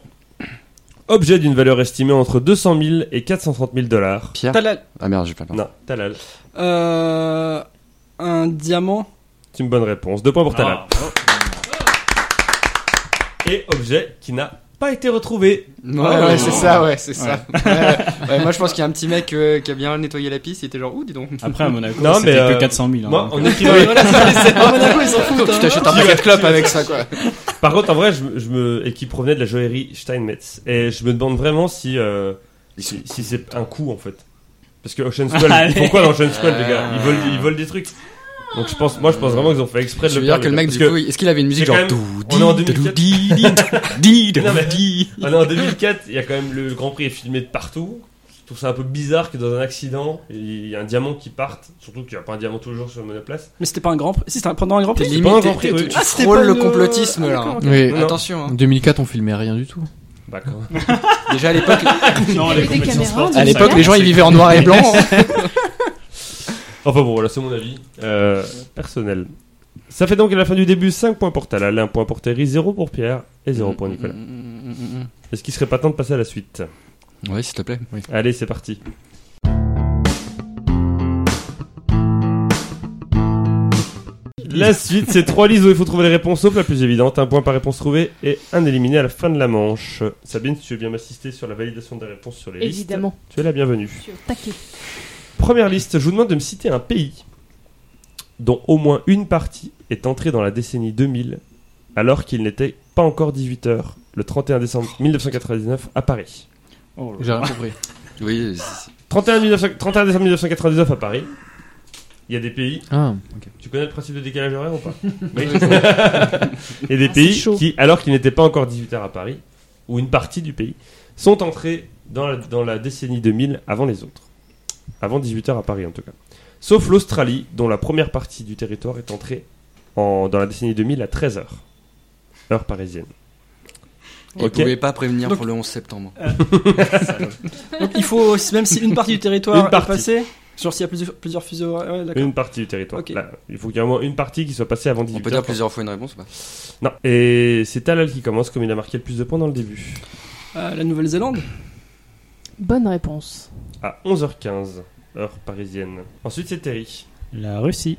[SPEAKER 1] Objet d'une valeur estimée entre 200 000 et 430 000 dollars.
[SPEAKER 3] Pierre
[SPEAKER 2] Talal,
[SPEAKER 3] Ah merde, j'ai pas le temps.
[SPEAKER 1] Non, Talal.
[SPEAKER 2] euh, un diamant.
[SPEAKER 1] C'est une bonne réponse. Deux points pour Talal. Ah, oh. Et objet qui n'a pas été retrouvé.
[SPEAKER 3] Ouais, ouais, c'est ça, ouais, c'est ça. Ouais. Ouais, moi, je pense qu'il y a un petit mec euh, qui a bien nettoyé la piste, il était genre, ouh, dis donc.
[SPEAKER 5] Après, à Monaco,
[SPEAKER 1] Non,
[SPEAKER 5] c'était
[SPEAKER 1] mais, euh,
[SPEAKER 5] que 400 000. hein,
[SPEAKER 1] Moi,
[SPEAKER 5] donc,
[SPEAKER 1] en
[SPEAKER 5] euh,
[SPEAKER 1] équivalent-
[SPEAKER 2] Ouais, voilà, c'est- c'est- à Monaco, ils s'en foutent.
[SPEAKER 3] Tu
[SPEAKER 2] hein.
[SPEAKER 3] t'achètes un
[SPEAKER 1] Qui va-
[SPEAKER 3] paquet de clopes avec ça, quoi.
[SPEAKER 1] Par contre, en vrai, je, me- je me et qui provenait de la joaillerie Steinmetz. Et je me demande vraiment si euh, si, si c'est un coup en fait. Parce que Ocean's 12,
[SPEAKER 5] Allez.
[SPEAKER 1] pourquoi dans Ocean's 12 les gars Ils volent ils volent des trucs. Donc je pense, moi je pense vraiment qu'ils ont fait exprès de
[SPEAKER 3] Je
[SPEAKER 1] le
[SPEAKER 3] Ah. veux
[SPEAKER 1] faire.
[SPEAKER 3] dire que le
[SPEAKER 1] les
[SPEAKER 3] mec,
[SPEAKER 1] gars.
[SPEAKER 3] du
[SPEAKER 1] Parce
[SPEAKER 3] coup, est-ce qu'il avait une musique
[SPEAKER 1] c'est
[SPEAKER 3] genre.
[SPEAKER 1] quand
[SPEAKER 3] dou,
[SPEAKER 1] on est en
[SPEAKER 3] di, dou,
[SPEAKER 1] 2004.
[SPEAKER 3] di, di, di, dou,
[SPEAKER 1] Non, mais-
[SPEAKER 3] di.
[SPEAKER 1] que- on est en 2004, il y a quand même le Grand Prix est filmé de partout. trouve ça un peu bizarre que dans un accident, il y a un diamant qui parte, surtout qu'il n'y a pas un diamant toujours sur une monoplace.
[SPEAKER 2] Mais c'était pas un grand prix. Si, c'était un- pendant un grand prix.
[SPEAKER 1] T'es
[SPEAKER 3] limite,
[SPEAKER 1] pas un
[SPEAKER 3] t'es-
[SPEAKER 1] Grand Prix,
[SPEAKER 3] t'es-
[SPEAKER 1] oui.
[SPEAKER 3] tu
[SPEAKER 2] Ah, c'était
[SPEAKER 3] frôles
[SPEAKER 2] pas
[SPEAKER 3] le
[SPEAKER 2] une-
[SPEAKER 3] complotisme
[SPEAKER 2] Ah,
[SPEAKER 3] là.
[SPEAKER 2] d'accord, ok.
[SPEAKER 4] Oui.
[SPEAKER 1] Non.
[SPEAKER 3] Attention.
[SPEAKER 4] En
[SPEAKER 3] hein.
[SPEAKER 4] 2004, on filmait rien du tout.
[SPEAKER 1] Bah, quand même.
[SPEAKER 3] Déjà à l'époque,
[SPEAKER 5] Non,
[SPEAKER 6] Il y
[SPEAKER 5] les
[SPEAKER 6] avait des
[SPEAKER 5] compétitions
[SPEAKER 6] caméras,
[SPEAKER 5] sportives,
[SPEAKER 6] on
[SPEAKER 3] à
[SPEAKER 5] ça
[SPEAKER 3] l'époque, les gens ils
[SPEAKER 5] commençait-
[SPEAKER 3] vivaient en noir et blanc. hein.
[SPEAKER 1] Enfin bon, voilà, c'est mon avis euh, personnel. Ça fait donc à la fin du début 5 points pour Talal, 1 point pour Terry, 0 pour Pierre et 0 pour Nicolas. Est-ce qu'il serait pas temps de passer à la suite
[SPEAKER 3] Ouais, s'il te plaît.
[SPEAKER 1] Allez, c'est parti. La suite, c'est trois listes où il faut trouver les réponses sauf la plus évidente. Un point par réponse trouvée et un éliminé à la fin de la manche. Sabine, si tu veux bien m'assister sur la validation des réponses sur les listes.
[SPEAKER 6] Évidemment,
[SPEAKER 1] Tu es la bienvenue.
[SPEAKER 6] je suis au taquet.
[SPEAKER 1] Première liste, je vous demande de me citer un pays dont au moins une partie est entrée dans la décennie 2000 alors qu'il n'était pas encore 18h le 31 décembre 1999 à Paris.
[SPEAKER 5] Oh là
[SPEAKER 4] J'ai
[SPEAKER 5] là.
[SPEAKER 4] rien compris.
[SPEAKER 3] Oui, c'est-
[SPEAKER 1] 31, 1900 31 décembre 1999 à Paris. Il y a des pays.
[SPEAKER 4] Ah,
[SPEAKER 1] Tu connais le principe de décalage horaire ou pas Oui. Il y a des
[SPEAKER 6] Ah, c'est
[SPEAKER 1] pays
[SPEAKER 6] chaud.
[SPEAKER 1] qui, alors qu'ils n'étaient pas encore 18h à Paris, ou une partie du pays, sont entrés dans la, dans la décennie 2000 avant les autres. Avant 18h à Paris en tout cas. Sauf l'Australie, dont la première partie du territoire est entrée en- dans la décennie 2000 à 13h. Heure parisienne.
[SPEAKER 3] ils
[SPEAKER 1] Ok.
[SPEAKER 3] pouvaient pas prévenir
[SPEAKER 2] Donc-
[SPEAKER 3] pour le 11 septembre.
[SPEAKER 2] Donc il faut, même si une partie du territoire
[SPEAKER 1] Une
[SPEAKER 2] est
[SPEAKER 1] partie.
[SPEAKER 2] passée, genre s'il y a plusieurs, plusieurs fuseaux horaires, ouais, d'accord.
[SPEAKER 1] Une partie du territoire.
[SPEAKER 2] Ok.
[SPEAKER 1] Là, il faut qu'il y ait au moins une partie qui soit passée avant 18h.
[SPEAKER 3] On peut dire plusieurs fois une réponse ou pas
[SPEAKER 1] Non, et c'est Talal qui commence comme il a marqué le plus de points dans le début.
[SPEAKER 2] Euh, la Nouvelle-Zélande
[SPEAKER 6] Bonne réponse.
[SPEAKER 1] À 11h15, heure parisienne. Ensuite, c'est Terry.
[SPEAKER 5] La Russie.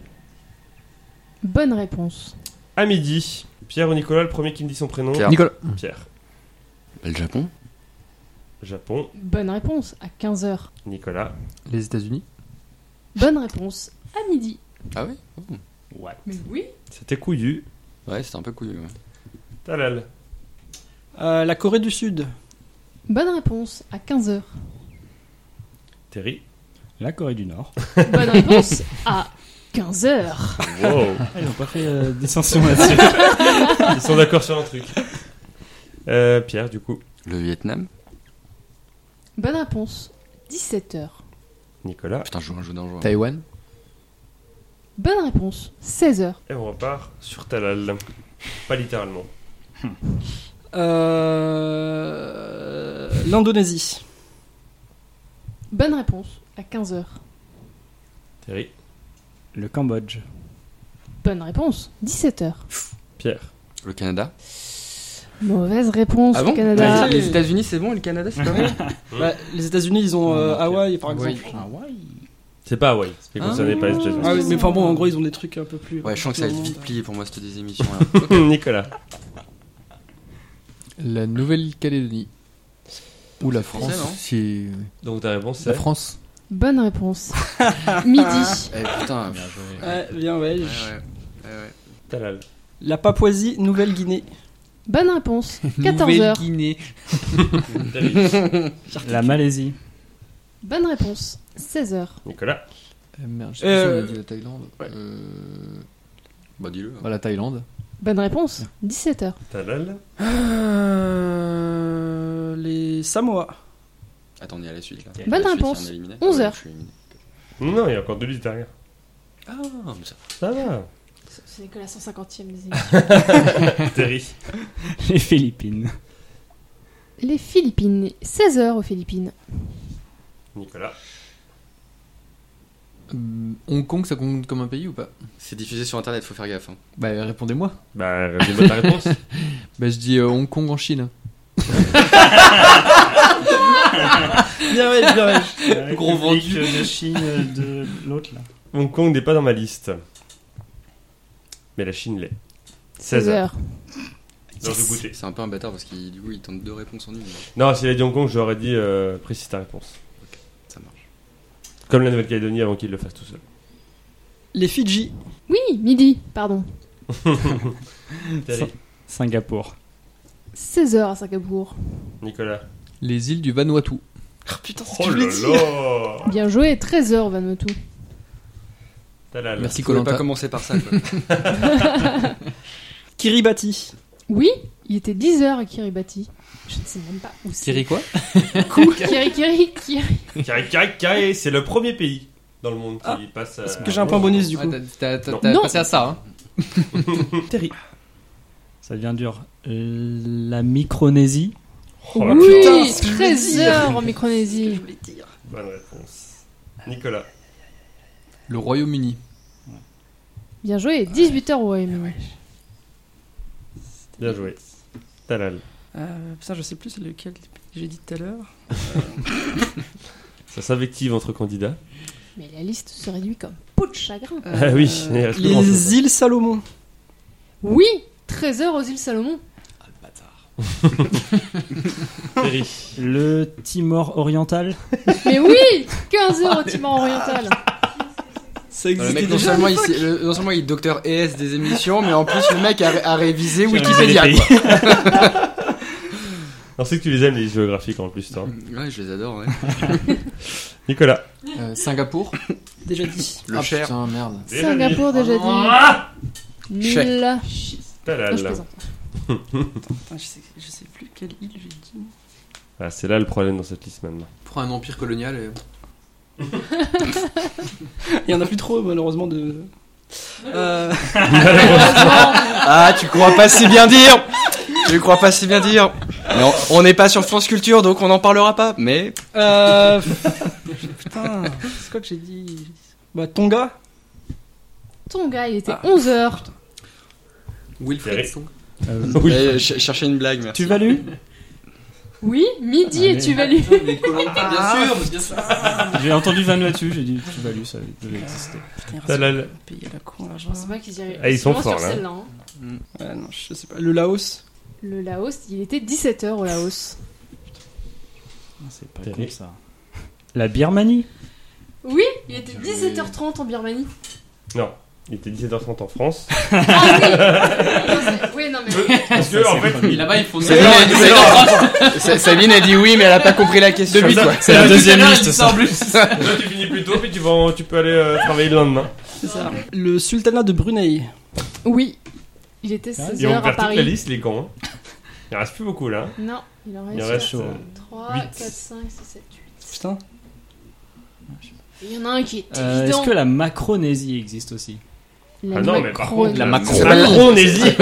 [SPEAKER 6] Bonne réponse.
[SPEAKER 1] À midi, Pierre ou Nicolas, le premier qui me dit son prénom.
[SPEAKER 3] Pierre.
[SPEAKER 4] Nicolas.
[SPEAKER 1] Pierre.
[SPEAKER 3] Bah, Le Japon
[SPEAKER 1] Japon,
[SPEAKER 6] Bonne réponse à 15h.
[SPEAKER 1] Nicolas.
[SPEAKER 4] Les États-Unis.
[SPEAKER 6] Bonne réponse à midi.
[SPEAKER 3] Ah oui
[SPEAKER 5] What
[SPEAKER 6] Mais oui.
[SPEAKER 1] C'était couillu.
[SPEAKER 3] Ouais, c'était un peu couillu. ouais.
[SPEAKER 1] Talal.
[SPEAKER 2] Euh, La Corée du Sud
[SPEAKER 6] Bonne réponse à 15h.
[SPEAKER 1] Terry.
[SPEAKER 5] La Corée du Nord.
[SPEAKER 6] Bonne réponse à 15h.
[SPEAKER 1] Wow.
[SPEAKER 5] Ah, ils n'ont pas fait euh, dissension là-dessus.
[SPEAKER 1] Ils sont d'accord sur un truc. Euh, Pierre, du coup.
[SPEAKER 3] Le Vietnam
[SPEAKER 6] Bonne réponse 17h.
[SPEAKER 1] Nicolas.
[SPEAKER 3] Putain, je joue un jeu dangereux.
[SPEAKER 4] Taïwan.
[SPEAKER 6] Bonne réponse 16h.
[SPEAKER 1] Et on repart sur Talal. Pas littéralement.
[SPEAKER 2] euh, L'Indonésie
[SPEAKER 6] Bonne réponse à 15h.
[SPEAKER 1] Terry.
[SPEAKER 5] Le Cambodge.
[SPEAKER 6] Bonne réponse 17h.
[SPEAKER 1] Pierre.
[SPEAKER 3] Le Canada
[SPEAKER 6] Mauvaise réponse
[SPEAKER 3] Ah bon
[SPEAKER 6] au Canada.
[SPEAKER 2] Vas-y.
[SPEAKER 3] Les États-Unis, c'est bon, et le Canada, c'est pas vrai
[SPEAKER 2] Bah, Les États-Unis, ils ont euh,
[SPEAKER 5] Ah, ok.
[SPEAKER 2] Hawaï par exemple.
[SPEAKER 1] C'est pas Hawaï. C'est
[SPEAKER 3] Ah.
[SPEAKER 1] concerné par les États-Unis.
[SPEAKER 2] Ah oui, mais enfin bon, en gros, ils ont des trucs un peu plus.
[SPEAKER 3] Ouais, je sens que ça va être vite plié pour moi, cette des émissions là.
[SPEAKER 6] Eh,
[SPEAKER 1] Nicolas.
[SPEAKER 4] La Nouvelle-Calédonie. Ou la France.
[SPEAKER 3] français, non
[SPEAKER 4] si- euh,
[SPEAKER 1] Donc ta réponse, c'est.
[SPEAKER 4] La France.
[SPEAKER 6] Bonne réponse. Midi.
[SPEAKER 3] Eh putain,
[SPEAKER 5] Bien joué.
[SPEAKER 2] Ouais, bien, ouais.
[SPEAKER 3] ouais, ouais. Ouais, ouais.
[SPEAKER 1] Talal.
[SPEAKER 2] La Papouasie, Nouvelle-Guinée.
[SPEAKER 6] Bonne réponse 14h.
[SPEAKER 4] Nouvelle-Guinée.
[SPEAKER 1] Terry.
[SPEAKER 5] La Malaisie.
[SPEAKER 6] Bonne réponse 16h.
[SPEAKER 1] Nicolas.
[SPEAKER 4] Euh, merde, je sais pas si
[SPEAKER 2] Euh,
[SPEAKER 4] on a dit la Thaïlande. Euh,
[SPEAKER 3] Bah dis-le. hein.
[SPEAKER 4] bah, la Thaïlande.
[SPEAKER 6] Bonne réponse 17h.
[SPEAKER 1] Talal.
[SPEAKER 2] Euh, les Samoa.
[SPEAKER 3] Attendez, à la suite là.
[SPEAKER 6] Bonne
[SPEAKER 3] À la suite,
[SPEAKER 6] réponse.
[SPEAKER 3] c'est un éliminé.
[SPEAKER 6] 11
[SPEAKER 3] Ouais,
[SPEAKER 6] heures.
[SPEAKER 3] je suis éliminé.
[SPEAKER 1] Non, non, il y a encore deux listes derrière.
[SPEAKER 3] Ah, mais ça-
[SPEAKER 1] Ça va.
[SPEAKER 6] C'est que la 150e des
[SPEAKER 1] Terry.
[SPEAKER 5] Les Philippines.
[SPEAKER 6] Les Philippines. 16h aux Philippines.
[SPEAKER 1] Nicolas.
[SPEAKER 4] Euh, Hong Kong, ça compte comme un pays ou pas
[SPEAKER 3] c'est diffusé sur internet, faut faire gaffe. hein.
[SPEAKER 4] Bah, répondez-moi.
[SPEAKER 1] Bah, j'ai pas ta réponse.
[SPEAKER 4] Bah, je dis euh, Hong Kong en Chine.
[SPEAKER 2] Bien, ouais, bien, ouais.
[SPEAKER 5] Gros vendu. De Chine, euh, de l'autre là.
[SPEAKER 1] Hong Kong n'est pas dans ma liste. Mais la Chine l'est. 16h. L'heure du goûter.
[SPEAKER 3] C'est un peu un bâtard parce qu'il du coup il tente deux réponses en une. mais
[SPEAKER 1] Non, s'il a dit Hong Kong, j'aurais dit euh, précise ta réponse.
[SPEAKER 3] Ça marche.
[SPEAKER 1] Comme la Nouvelle-Calédonie avant qu'il le fasse tout seul.
[SPEAKER 2] Les Fidji.
[SPEAKER 6] Oui, midi, pardon.
[SPEAKER 1] Terry.
[SPEAKER 5] Singapour.
[SPEAKER 6] 16h à Singapour.
[SPEAKER 1] Nicolas.
[SPEAKER 4] Les îles du Vanuatu.
[SPEAKER 2] Ah, putain, c'est ce
[SPEAKER 1] Oh
[SPEAKER 2] que je
[SPEAKER 1] là
[SPEAKER 2] voulais dire.
[SPEAKER 1] là
[SPEAKER 6] Bien joué, 13h au Vanuatu.
[SPEAKER 1] Talal.
[SPEAKER 4] Merci
[SPEAKER 3] Tu pouvais pas
[SPEAKER 4] Colanta.
[SPEAKER 3] commencer par ça quoi.
[SPEAKER 2] Kiribati.
[SPEAKER 6] Oui, il était 10h à Kiribati. Je ne sais même pas où c'est.
[SPEAKER 4] Kiri quoi
[SPEAKER 6] Cool. Kiri, Kiri, Kiri.
[SPEAKER 1] Kai, Kai, Kai, c'est le premier pays dans le monde qui
[SPEAKER 2] Ah.
[SPEAKER 1] passe à...
[SPEAKER 2] Est-ce que j'ai un point bonus du
[SPEAKER 4] Ah,
[SPEAKER 2] coup
[SPEAKER 4] t'as- T'as t'as-
[SPEAKER 1] Non.
[SPEAKER 4] t'as
[SPEAKER 6] Non.
[SPEAKER 4] passé à ça. hein.
[SPEAKER 2] Terry.
[SPEAKER 5] Ça devient dur. Euh, La Micronésie.
[SPEAKER 1] Oh, la
[SPEAKER 6] oui,
[SPEAKER 1] putain,
[SPEAKER 6] 13 heures en Micronésie.
[SPEAKER 1] Bonne réponse. Nicolas.
[SPEAKER 4] Le Royaume-Uni.
[SPEAKER 6] Bien joué, 18 heures
[SPEAKER 3] Ah
[SPEAKER 6] au Royaume-Uni.
[SPEAKER 1] Bien joué. Talal.
[SPEAKER 2] Euh, putain, je sais plus c'est lequel j'ai dit tout à l'heure.
[SPEAKER 1] Ça s'invective entre candidats.
[SPEAKER 6] Mais la liste se réduit comme peau de chagrin.
[SPEAKER 2] Euh,
[SPEAKER 1] Ah oui, il reste plus grand-chose.
[SPEAKER 2] les îles Salomon.
[SPEAKER 6] Oui, 13 heures aux îles Salomon.
[SPEAKER 1] Terry.
[SPEAKER 5] Le Timor oriental.
[SPEAKER 6] Mais oui, 15 heures au Timor oriental.
[SPEAKER 2] Ça
[SPEAKER 3] Le
[SPEAKER 2] existait
[SPEAKER 3] mec, non
[SPEAKER 2] déjà.
[SPEAKER 3] seulement, il, sait- le- non seulement il est docteur ES des émissions, mais en plus le mec a, a révisé
[SPEAKER 5] J'ai
[SPEAKER 3] Wikipédia.
[SPEAKER 5] révisé
[SPEAKER 3] Quoi.
[SPEAKER 1] On sait que tu les aimes, les géographiques en plus, toi.
[SPEAKER 3] Ouais, je les adore. Ouais.
[SPEAKER 1] Nicolas.
[SPEAKER 4] Euh, Singapour.
[SPEAKER 2] Déjà dit.
[SPEAKER 3] Le
[SPEAKER 4] ah,
[SPEAKER 3] Cher.
[SPEAKER 4] Putain, merde.
[SPEAKER 6] Singapour déjà dit.
[SPEAKER 1] Ah
[SPEAKER 3] Chais.
[SPEAKER 6] Nul. Non, je
[SPEAKER 1] Talal.
[SPEAKER 6] plaisante.
[SPEAKER 2] Putain, je, sais, je sais plus quelle île j'ai dit.
[SPEAKER 1] Ah, c'est là le problème dans cette liste maintenant.
[SPEAKER 4] Prends un empire colonial. euh. et-
[SPEAKER 2] Il y en a plus trop malheureusement de. Euh,
[SPEAKER 3] Ah, tu crois pas si bien dire Tu crois pas si bien dire Mais on- On n'est pas sur France Culture, donc on n'en parlera pas. Mais
[SPEAKER 2] euh, putain, c'est quoi que j'ai dit Bah Tonga.
[SPEAKER 6] Ton gars, il
[SPEAKER 1] Ah.
[SPEAKER 6] était 11 heures.
[SPEAKER 4] Wilfred
[SPEAKER 1] Derek.
[SPEAKER 4] Song.
[SPEAKER 1] Oui.
[SPEAKER 3] Eh, ch- cherchez une blague, merci.
[SPEAKER 5] Euh, Tu values
[SPEAKER 6] Oui, midi et
[SPEAKER 5] Allez.
[SPEAKER 6] tu values.
[SPEAKER 2] Ah.
[SPEAKER 4] bien sûr, bien sûr.
[SPEAKER 5] J'ai entendu Vanuatu, j'ai dit tu values, ça devait exister.
[SPEAKER 2] Putain, il reste
[SPEAKER 1] Talal.
[SPEAKER 2] un pays à la con là,
[SPEAKER 6] Je
[SPEAKER 2] genre.
[SPEAKER 6] pense pas qu'ils y arrivent.
[SPEAKER 1] Ah, ils sont
[SPEAKER 6] Sûrement sur
[SPEAKER 1] forts, là.
[SPEAKER 6] celle-là, hein.
[SPEAKER 2] Ouais, non, je sais pas. Le Laos.
[SPEAKER 6] Le Laos, il était 17 heures au Laos.
[SPEAKER 5] Ah, C'est pas
[SPEAKER 1] Terrible.
[SPEAKER 5] con ça. La Birmanie.
[SPEAKER 6] Oui, il était 17h30 en Birmanie.
[SPEAKER 1] Non. Il était 17h30 en France.
[SPEAKER 6] Ah oui Non, c'est- Oui, non, mais.
[SPEAKER 1] Parce que,
[SPEAKER 5] Ça,
[SPEAKER 1] en
[SPEAKER 5] c'est
[SPEAKER 1] fait,
[SPEAKER 5] pas mal.
[SPEAKER 1] il-
[SPEAKER 4] Là-bas, ils font
[SPEAKER 3] C'est
[SPEAKER 4] Non,
[SPEAKER 3] vrai,
[SPEAKER 4] ils
[SPEAKER 3] c'est
[SPEAKER 4] font-
[SPEAKER 3] Sa- Sabine a dit oui, mais elle a pas compris la question.
[SPEAKER 1] Depuis-
[SPEAKER 3] quoi.
[SPEAKER 5] C'est la
[SPEAKER 4] Depuis tout à
[SPEAKER 5] deuxième
[SPEAKER 4] l'heure,
[SPEAKER 5] liste,
[SPEAKER 4] ils
[SPEAKER 5] ça.
[SPEAKER 4] sortent plus.
[SPEAKER 1] Là, tu finis plus tôt, puis tu, vas en- tu peux aller euh, travailler le lendemain.
[SPEAKER 2] C'est ça. Le Sultanat de Brunei.
[SPEAKER 6] Oui, il était
[SPEAKER 1] Et on
[SPEAKER 6] 16h à
[SPEAKER 1] perd toute la
[SPEAKER 6] Paris.
[SPEAKER 1] liste, les cons. hein. Il reste plus beaucoup là.
[SPEAKER 6] Non, il en
[SPEAKER 1] Il
[SPEAKER 6] reste
[SPEAKER 1] reste
[SPEAKER 5] chaud,
[SPEAKER 1] euh,
[SPEAKER 6] 3,
[SPEAKER 1] Huit.
[SPEAKER 6] 4, 5, 6, 7, 8.
[SPEAKER 2] Putain.
[SPEAKER 6] Il y en a un qui est
[SPEAKER 5] Euh,
[SPEAKER 6] évident.
[SPEAKER 5] Est-ce que la Macronésie existe aussi
[SPEAKER 6] La
[SPEAKER 1] Ah non, mais par contre,
[SPEAKER 4] La Macron.
[SPEAKER 1] C'est pas le con, on hésite.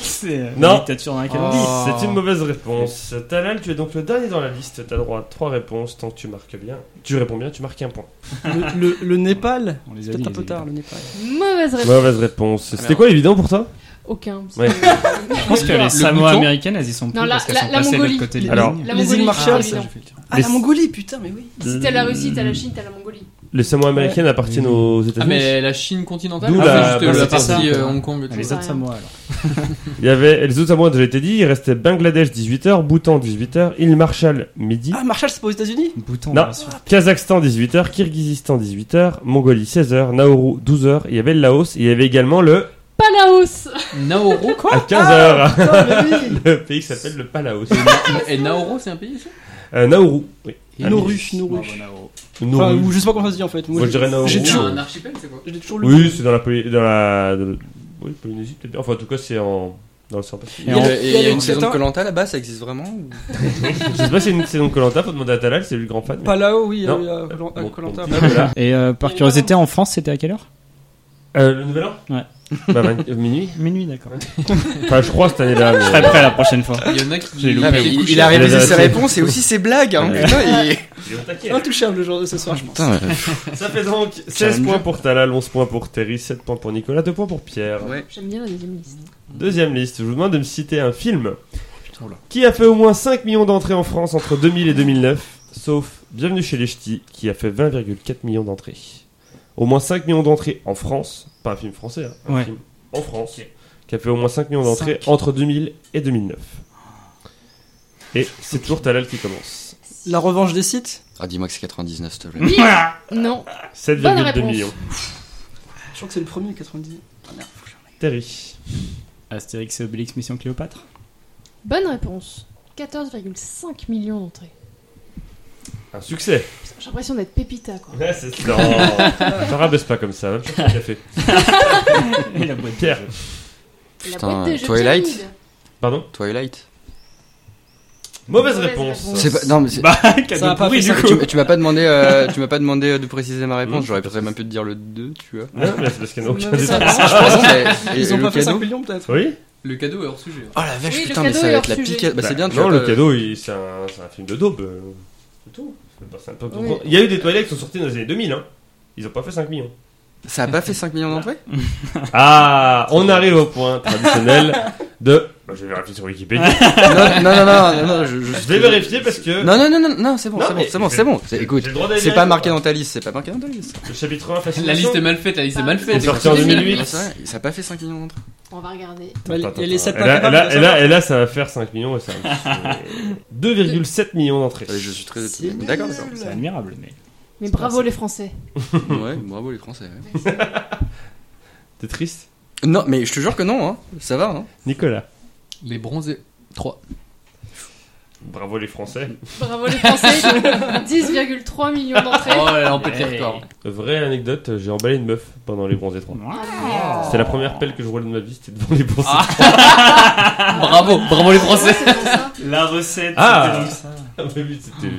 [SPEAKER 5] C'est euh,
[SPEAKER 1] Non.
[SPEAKER 5] la dictature dans laquelle on vit.
[SPEAKER 1] Oh. C'est une mauvaise réponse. Talal, tu es donc le dernier dans la liste. T'as droit à trois réponses tant que tu marques bien. Tu réponds bien, tu marques un point.
[SPEAKER 2] Le, le- le Népal.
[SPEAKER 5] On les a
[SPEAKER 2] Peut-être
[SPEAKER 5] dit,
[SPEAKER 2] un peu
[SPEAKER 5] les
[SPEAKER 2] tard le Népal.
[SPEAKER 6] Mauvaise réponse.
[SPEAKER 1] Mauvaise réponse.
[SPEAKER 3] Ah,
[SPEAKER 1] C'était
[SPEAKER 3] merde.
[SPEAKER 1] quoi évident pour toi
[SPEAKER 6] Aucun. parce
[SPEAKER 1] Ouais.
[SPEAKER 6] que-
[SPEAKER 5] Je pense que les Samoa
[SPEAKER 4] bouton
[SPEAKER 5] américaines, elles y sont plus
[SPEAKER 6] Non, la-
[SPEAKER 5] parce qu'elles
[SPEAKER 6] la-
[SPEAKER 5] sont
[SPEAKER 6] la
[SPEAKER 5] passées de l'autre
[SPEAKER 6] Mongolie.
[SPEAKER 5] côté de la
[SPEAKER 1] Alors-
[SPEAKER 5] ligne.
[SPEAKER 6] La
[SPEAKER 2] Les îles
[SPEAKER 6] Mongolie,
[SPEAKER 2] Marshall,
[SPEAKER 6] c'est
[SPEAKER 5] Ça,
[SPEAKER 6] évident.
[SPEAKER 5] j'ai fait le tour.
[SPEAKER 2] Ah
[SPEAKER 1] Les-
[SPEAKER 2] la Mongolie, putain, mais oui.
[SPEAKER 6] Si t'as la Russie, t'as la Chine, t'as la Mongolie.
[SPEAKER 1] Les Samoa américaines appartiennent aux
[SPEAKER 4] Ah,
[SPEAKER 1] États-Unis.
[SPEAKER 4] mais la Chine continentale
[SPEAKER 1] D'où
[SPEAKER 4] Ah,
[SPEAKER 1] la-
[SPEAKER 4] c'est
[SPEAKER 1] bah,
[SPEAKER 4] juste la
[SPEAKER 1] c'était
[SPEAKER 4] partie
[SPEAKER 5] ça.
[SPEAKER 4] euh, Hong Kong. et tout.
[SPEAKER 5] Les
[SPEAKER 6] Ouais.
[SPEAKER 5] autres Samoa, alors.
[SPEAKER 1] Il y avait les autres Samoa, déjà été dit. Il restait Bangladesh 18h, Bhoutan 18h, île Marshall midi,
[SPEAKER 2] Ah Marshall, c'est pas aux États-Unis
[SPEAKER 5] Bouton,
[SPEAKER 1] Non.
[SPEAKER 5] bien sûr.
[SPEAKER 1] Kazakhstan 18h, Kirghizistan 18h, Mongolie 16h, Nauru 12h. Il y avait le Laos. et Il y avait également le
[SPEAKER 6] Pas Laos
[SPEAKER 4] Nauru quoi
[SPEAKER 1] à
[SPEAKER 2] Ah
[SPEAKER 1] 15h.
[SPEAKER 2] Putain, mais oui.
[SPEAKER 1] le pays qui s'appelle le Palaos.
[SPEAKER 4] Et Nauru, c'est un pays ça
[SPEAKER 1] Euh, Nauru. Oui.
[SPEAKER 4] Et
[SPEAKER 1] Ah,
[SPEAKER 2] Nauru,
[SPEAKER 1] midi.
[SPEAKER 2] Nauru.
[SPEAKER 5] Bravo,
[SPEAKER 4] oh.
[SPEAKER 5] Nauru.
[SPEAKER 2] Enfin,
[SPEAKER 1] Nauru.
[SPEAKER 2] ou je sais pas comment ça se dit en fait.
[SPEAKER 1] Moi, je dirais Nauru.
[SPEAKER 2] J'ai
[SPEAKER 1] C'est
[SPEAKER 2] toujours,
[SPEAKER 4] un archipel, c'est quoi
[SPEAKER 2] j'ai toujours le.
[SPEAKER 1] Oui, c'est dans la, Poly- dans la dans le- oui, Polynésie, peut-être bien. Enfin, en tout cas, c'est en... dans le sud Pacifique.
[SPEAKER 5] Et
[SPEAKER 3] Il y
[SPEAKER 5] en-
[SPEAKER 3] a, il y a
[SPEAKER 2] il y a
[SPEAKER 3] une
[SPEAKER 2] une-
[SPEAKER 3] saison de
[SPEAKER 2] attends.
[SPEAKER 3] Colanta là-bas, ça existe vraiment ou-
[SPEAKER 1] Je sais pas si c'est une saison de Colanta, faut demander à Talal, c'est lui le grand fan. mais-
[SPEAKER 2] Palao, oui,
[SPEAKER 1] Non.
[SPEAKER 2] euh, à Col- à
[SPEAKER 1] Bon,
[SPEAKER 2] Koh-Lanta.
[SPEAKER 1] bon, voilà.
[SPEAKER 5] Et euh, par curiosité, en France, c'était à quelle heure
[SPEAKER 1] Euh, le nouvel an
[SPEAKER 5] Ouais.
[SPEAKER 1] Bah, vingt- euh, minuit
[SPEAKER 5] Minuit, d'accord.
[SPEAKER 1] Enfin, je crois cette année-là. mais-
[SPEAKER 2] Ah,
[SPEAKER 5] Très près la prochaine fois.
[SPEAKER 4] Il y en a qui.
[SPEAKER 5] J'ai loupé.
[SPEAKER 4] qui
[SPEAKER 3] Ah, mais il,
[SPEAKER 4] couchent.
[SPEAKER 3] il a
[SPEAKER 1] Il les a
[SPEAKER 3] révisé ses
[SPEAKER 1] notés.
[SPEAKER 3] réponses et aussi ses blagues. hein,
[SPEAKER 1] Ouais.
[SPEAKER 3] putain, il-
[SPEAKER 1] Il est au taquet.
[SPEAKER 2] Intouchable le jour de ce soir, je pense.
[SPEAKER 1] Ça fait donc 16 points pour Talal, 11 points pour Terry, 7 points pour Nicolas, 2 points pour Pierre.
[SPEAKER 3] Ouais.
[SPEAKER 6] J'aime bien la deuxième liste.
[SPEAKER 1] Deuxième liste, je vous demande de me citer un film qui a fait au moins 5 millions d'entrées en France entre 2000 et 2009, sauf Bienvenue chez les Ch'tis qui a fait 20,4 millions d'entrées. Au moins 5 millions d'entrées en France, pas un film français, hein, un
[SPEAKER 5] Ouais.
[SPEAKER 1] film en France, qui a fait au moins 5 millions d'entrées entre 2000 et 2009. Et c'est toujours Talal qui commence.
[SPEAKER 2] La revanche des sites
[SPEAKER 3] Ah, dis-moi que c'est 99, s'il te plaît.
[SPEAKER 6] Oui Non. Bonne
[SPEAKER 1] 7,2
[SPEAKER 6] réponse.
[SPEAKER 1] millions.
[SPEAKER 2] Je crois que c'est le premier 90. Ah merde, faut que j'en aille.
[SPEAKER 1] Terry.
[SPEAKER 5] Astérix et Obélix, Mission Cléopâtre.
[SPEAKER 6] Bonne réponse. 14,5 millions d'entrées.
[SPEAKER 1] Un succès.
[SPEAKER 6] Putain, J'ai l'impression d'être Pépita, quoi.
[SPEAKER 1] Ouais, c'est ça. Non, ça rabaisse pas comme ça, même chose que le café.
[SPEAKER 5] Et la boîte.
[SPEAKER 1] Pierre,
[SPEAKER 6] La
[SPEAKER 3] Putain,
[SPEAKER 6] boîte des jeux
[SPEAKER 3] Twilight.
[SPEAKER 6] pyramides.
[SPEAKER 1] pardon
[SPEAKER 3] Twilight
[SPEAKER 1] Mauvaise
[SPEAKER 6] Mauvaise
[SPEAKER 1] réponse.
[SPEAKER 6] réponse.
[SPEAKER 3] C'est pas- non, mais c'est-
[SPEAKER 5] Bah, cadeau
[SPEAKER 2] Ça va pas
[SPEAKER 5] pourri,
[SPEAKER 2] faire
[SPEAKER 5] du
[SPEAKER 2] ça.
[SPEAKER 5] coup.
[SPEAKER 3] tu, tu m'as pas demandé, euh, tu m'as pas demandé de préciser ma réponse.
[SPEAKER 1] Mmh.
[SPEAKER 3] J'aurais peut-être même pu te dire le 2, tu vois.
[SPEAKER 1] Non, Ah, mais c'est parce qu'il n'y en a aucun
[SPEAKER 2] Mais
[SPEAKER 1] des
[SPEAKER 2] ça,
[SPEAKER 1] deux.
[SPEAKER 2] ça,
[SPEAKER 3] Je pense que- et- et
[SPEAKER 2] Ils ont
[SPEAKER 3] le
[SPEAKER 2] pas fait
[SPEAKER 3] cadeau-
[SPEAKER 2] 5 millions peut-être.
[SPEAKER 1] Oui
[SPEAKER 4] Le cadeau est hors sujet.
[SPEAKER 3] Oh la vache,
[SPEAKER 6] Oui, le
[SPEAKER 3] putain, mais
[SPEAKER 6] cadeau
[SPEAKER 3] ça
[SPEAKER 6] est
[SPEAKER 3] va
[SPEAKER 6] hors
[SPEAKER 3] être la
[SPEAKER 6] sujet.
[SPEAKER 3] pique. Bah, c'est
[SPEAKER 1] Bah,
[SPEAKER 3] bien, tu
[SPEAKER 1] Non,
[SPEAKER 3] vois,
[SPEAKER 1] le
[SPEAKER 3] pas-
[SPEAKER 1] cadeau, il- c'est un, c'est un film de daube. euh, C'est tout. C'est pas- c'est un peu-
[SPEAKER 6] Oui.
[SPEAKER 1] Il y a eu des toilettes qui sont sorties dans les années 2000. Hein. Ils ont pas fait 5 millions.
[SPEAKER 3] Ça a pas fait 5 millions d'entrées
[SPEAKER 1] Ah, on arrive au point traditionnel de. Bah, je vais vérifier sur Wikipédia.
[SPEAKER 3] non, non, non, non, non, non, je, je-
[SPEAKER 1] je vais vérifier parce que.
[SPEAKER 3] Non, non, non, non, non, c'est bon,
[SPEAKER 1] Euh. Non,
[SPEAKER 3] c'est bon,
[SPEAKER 1] mais
[SPEAKER 3] c'est bon,
[SPEAKER 1] je-
[SPEAKER 3] c'est bon. C'est- Écoute,
[SPEAKER 1] j'ai le droit d'aller
[SPEAKER 3] c'est
[SPEAKER 1] là,
[SPEAKER 3] pas
[SPEAKER 1] ou
[SPEAKER 3] marqué
[SPEAKER 1] pas
[SPEAKER 3] dans ta liste, c'est pas marqué dans ta liste.
[SPEAKER 1] Le chapitre 1 fascination.
[SPEAKER 4] La liste est mal faite, la liste est mal faite.
[SPEAKER 1] C'est sorti en 2008.
[SPEAKER 3] Ah, c'est vrai, Ça a pas fait 5 millions d'entrées.
[SPEAKER 6] On va regarder.
[SPEAKER 2] Bah,
[SPEAKER 1] Attends,
[SPEAKER 2] Il y a les
[SPEAKER 1] attends,
[SPEAKER 2] 7
[SPEAKER 1] et là, et, là, et là- et là, hein, ça va faire 5 millions et ça va me tuer. 2,7 millions d'entrées.
[SPEAKER 3] Allez, je suis très
[SPEAKER 2] C'est
[SPEAKER 3] optimiste. D'accord, d'accord.
[SPEAKER 5] C'est admirable, mais.
[SPEAKER 6] Mais
[SPEAKER 2] C'est
[SPEAKER 6] bravo
[SPEAKER 2] pas
[SPEAKER 6] les Français.
[SPEAKER 3] Ouais, bravo les Français. ouais.
[SPEAKER 1] T'es triste
[SPEAKER 3] Non, mais je te jure que non, hein. Ça va, hein.
[SPEAKER 1] Nicolas.
[SPEAKER 4] Les bronzés. 3.
[SPEAKER 1] Bravo les Français.
[SPEAKER 6] Bravo les Français. 10,3 millions
[SPEAKER 4] Oh
[SPEAKER 6] d'entrées.
[SPEAKER 4] là là, on pète les records.
[SPEAKER 1] Vraie anecdose, j'ai emballé une meuf pendant les bronzés 3.
[SPEAKER 6] Ah.
[SPEAKER 1] C'est la première pelle que je roulais de ma vie, c'était devant les bronzés.
[SPEAKER 4] Ah. Bravo, bravo les Français.
[SPEAKER 6] Ouais, c'est pour ça.
[SPEAKER 5] La recette,
[SPEAKER 1] Ah.
[SPEAKER 5] c'était comme ça.
[SPEAKER 1] Ah, mais oui, c'était.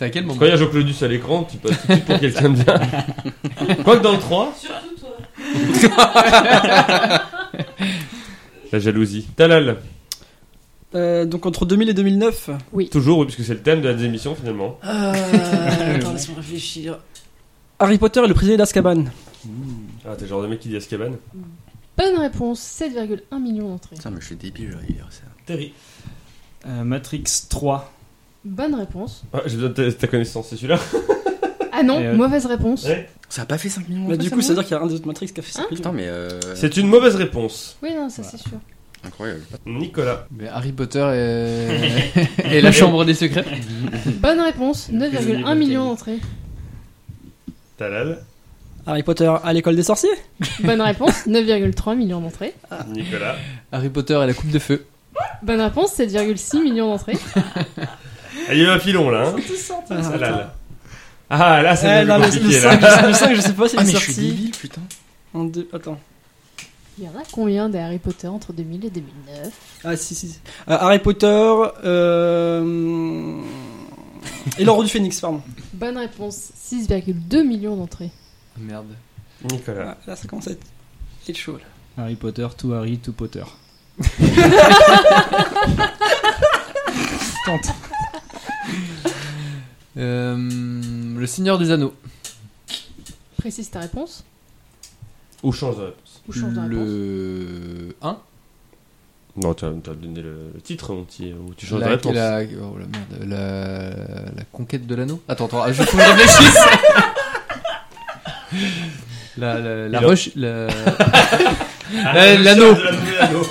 [SPEAKER 4] C'était à quel moment
[SPEAKER 1] Quand il y a Jean-Claude Duss à l'écran, tu passes tout de suite pour quelqu'un de bien. Quoique dans le 3. Surtout toi. La jalousie. Talal,
[SPEAKER 2] Euh, donc entre 2000 et 2009.
[SPEAKER 1] toujours, oui, puisque c'est le thème de la émission finalement.
[SPEAKER 2] Euh, attends, laisse-moi réfléchir. Harry Potter et le prisonnier d'Azkaban.
[SPEAKER 1] Ah, t'es le genre de mec qui dit Azkaban
[SPEAKER 6] Bonne réponse, 7,1 millions d'entrées.
[SPEAKER 3] Putain, mais je suis débile, j'aurais dû dire ça.
[SPEAKER 1] Terry.
[SPEAKER 5] Euh, Matrix 3.
[SPEAKER 6] Bonne réponse.
[SPEAKER 1] Ah, j'ai besoin de ta, ta connaissance, c'est celui-là
[SPEAKER 6] Ah non,
[SPEAKER 5] Et euh,
[SPEAKER 6] mauvaise réponse.
[SPEAKER 1] ouais.
[SPEAKER 3] Ça a pas fait 5 millions
[SPEAKER 2] Bah,
[SPEAKER 3] d'entrées.
[SPEAKER 2] du
[SPEAKER 3] ça,
[SPEAKER 2] coup,
[SPEAKER 3] moi
[SPEAKER 2] c'est-à-dire qu'il y a un des autres Matrix qui a fait 5 millions.
[SPEAKER 3] Putain, mais euh.
[SPEAKER 1] C'est une mauvaise réponse.
[SPEAKER 6] Oui, non, ça c'est sûr.
[SPEAKER 3] Incroyable.
[SPEAKER 1] Nicolas.
[SPEAKER 4] Mais Harry Potter et... et la chambre des secrets.
[SPEAKER 6] Bonne réponse, 9,1 millions d'entrées.
[SPEAKER 1] Talal.
[SPEAKER 2] Harry Potter à l'école des sorciers
[SPEAKER 6] Bonne réponse, 9,3 millions d'entrées.
[SPEAKER 1] Ah. Nicolas.
[SPEAKER 4] Harry Potter et la coupe de feu.
[SPEAKER 6] Bonne réponse, 7,6 millions d'entrées.
[SPEAKER 1] Ah, il y a eu un filon là. Hein. Talal. Ah là, c'est
[SPEAKER 2] Eh,
[SPEAKER 1] bien
[SPEAKER 2] non, mais
[SPEAKER 1] plus
[SPEAKER 2] le
[SPEAKER 1] compliqué
[SPEAKER 2] 5,
[SPEAKER 1] là.
[SPEAKER 2] je sais- le 5, je sais pas si
[SPEAKER 3] Ah, mais
[SPEAKER 2] il est
[SPEAKER 3] je suis
[SPEAKER 2] sorti.
[SPEAKER 3] débile, putain.
[SPEAKER 2] Un, deux, attends.
[SPEAKER 6] Il y en a combien des Harry Potter entre 2000 et 2009
[SPEAKER 2] Ah, si, si. si. Euh, Harry Potter. Euh... Et l'ordre du phénix, pardon.
[SPEAKER 6] Bonne réponse, 6,2 millions d'entrées.
[SPEAKER 4] Merde.
[SPEAKER 1] Nicolas.
[SPEAKER 2] Ah, là, ça commence à être. C'est chaud là.
[SPEAKER 5] Harry Potter, tout Harry, tout Potter. Tente.
[SPEAKER 4] Euh, le Seigneur des Anneaux.
[SPEAKER 6] Précise ta réponse
[SPEAKER 1] Ou change de réponse.
[SPEAKER 6] ou change de réponse
[SPEAKER 4] Le 1.
[SPEAKER 1] Non, tu as, tu as donné le, le titre, mon petit, ou tu changes de
[SPEAKER 4] La,
[SPEAKER 1] réponse.
[SPEAKER 4] la- oh, la merde, la- la conquête de l'anneau. Attends, attends, ah, je faut que je réfléchisse. La, la, la
[SPEAKER 1] Il a-
[SPEAKER 4] rush- la-
[SPEAKER 1] Ah,
[SPEAKER 4] la-
[SPEAKER 1] le
[SPEAKER 4] l'anneau.
[SPEAKER 1] change de l'anneau.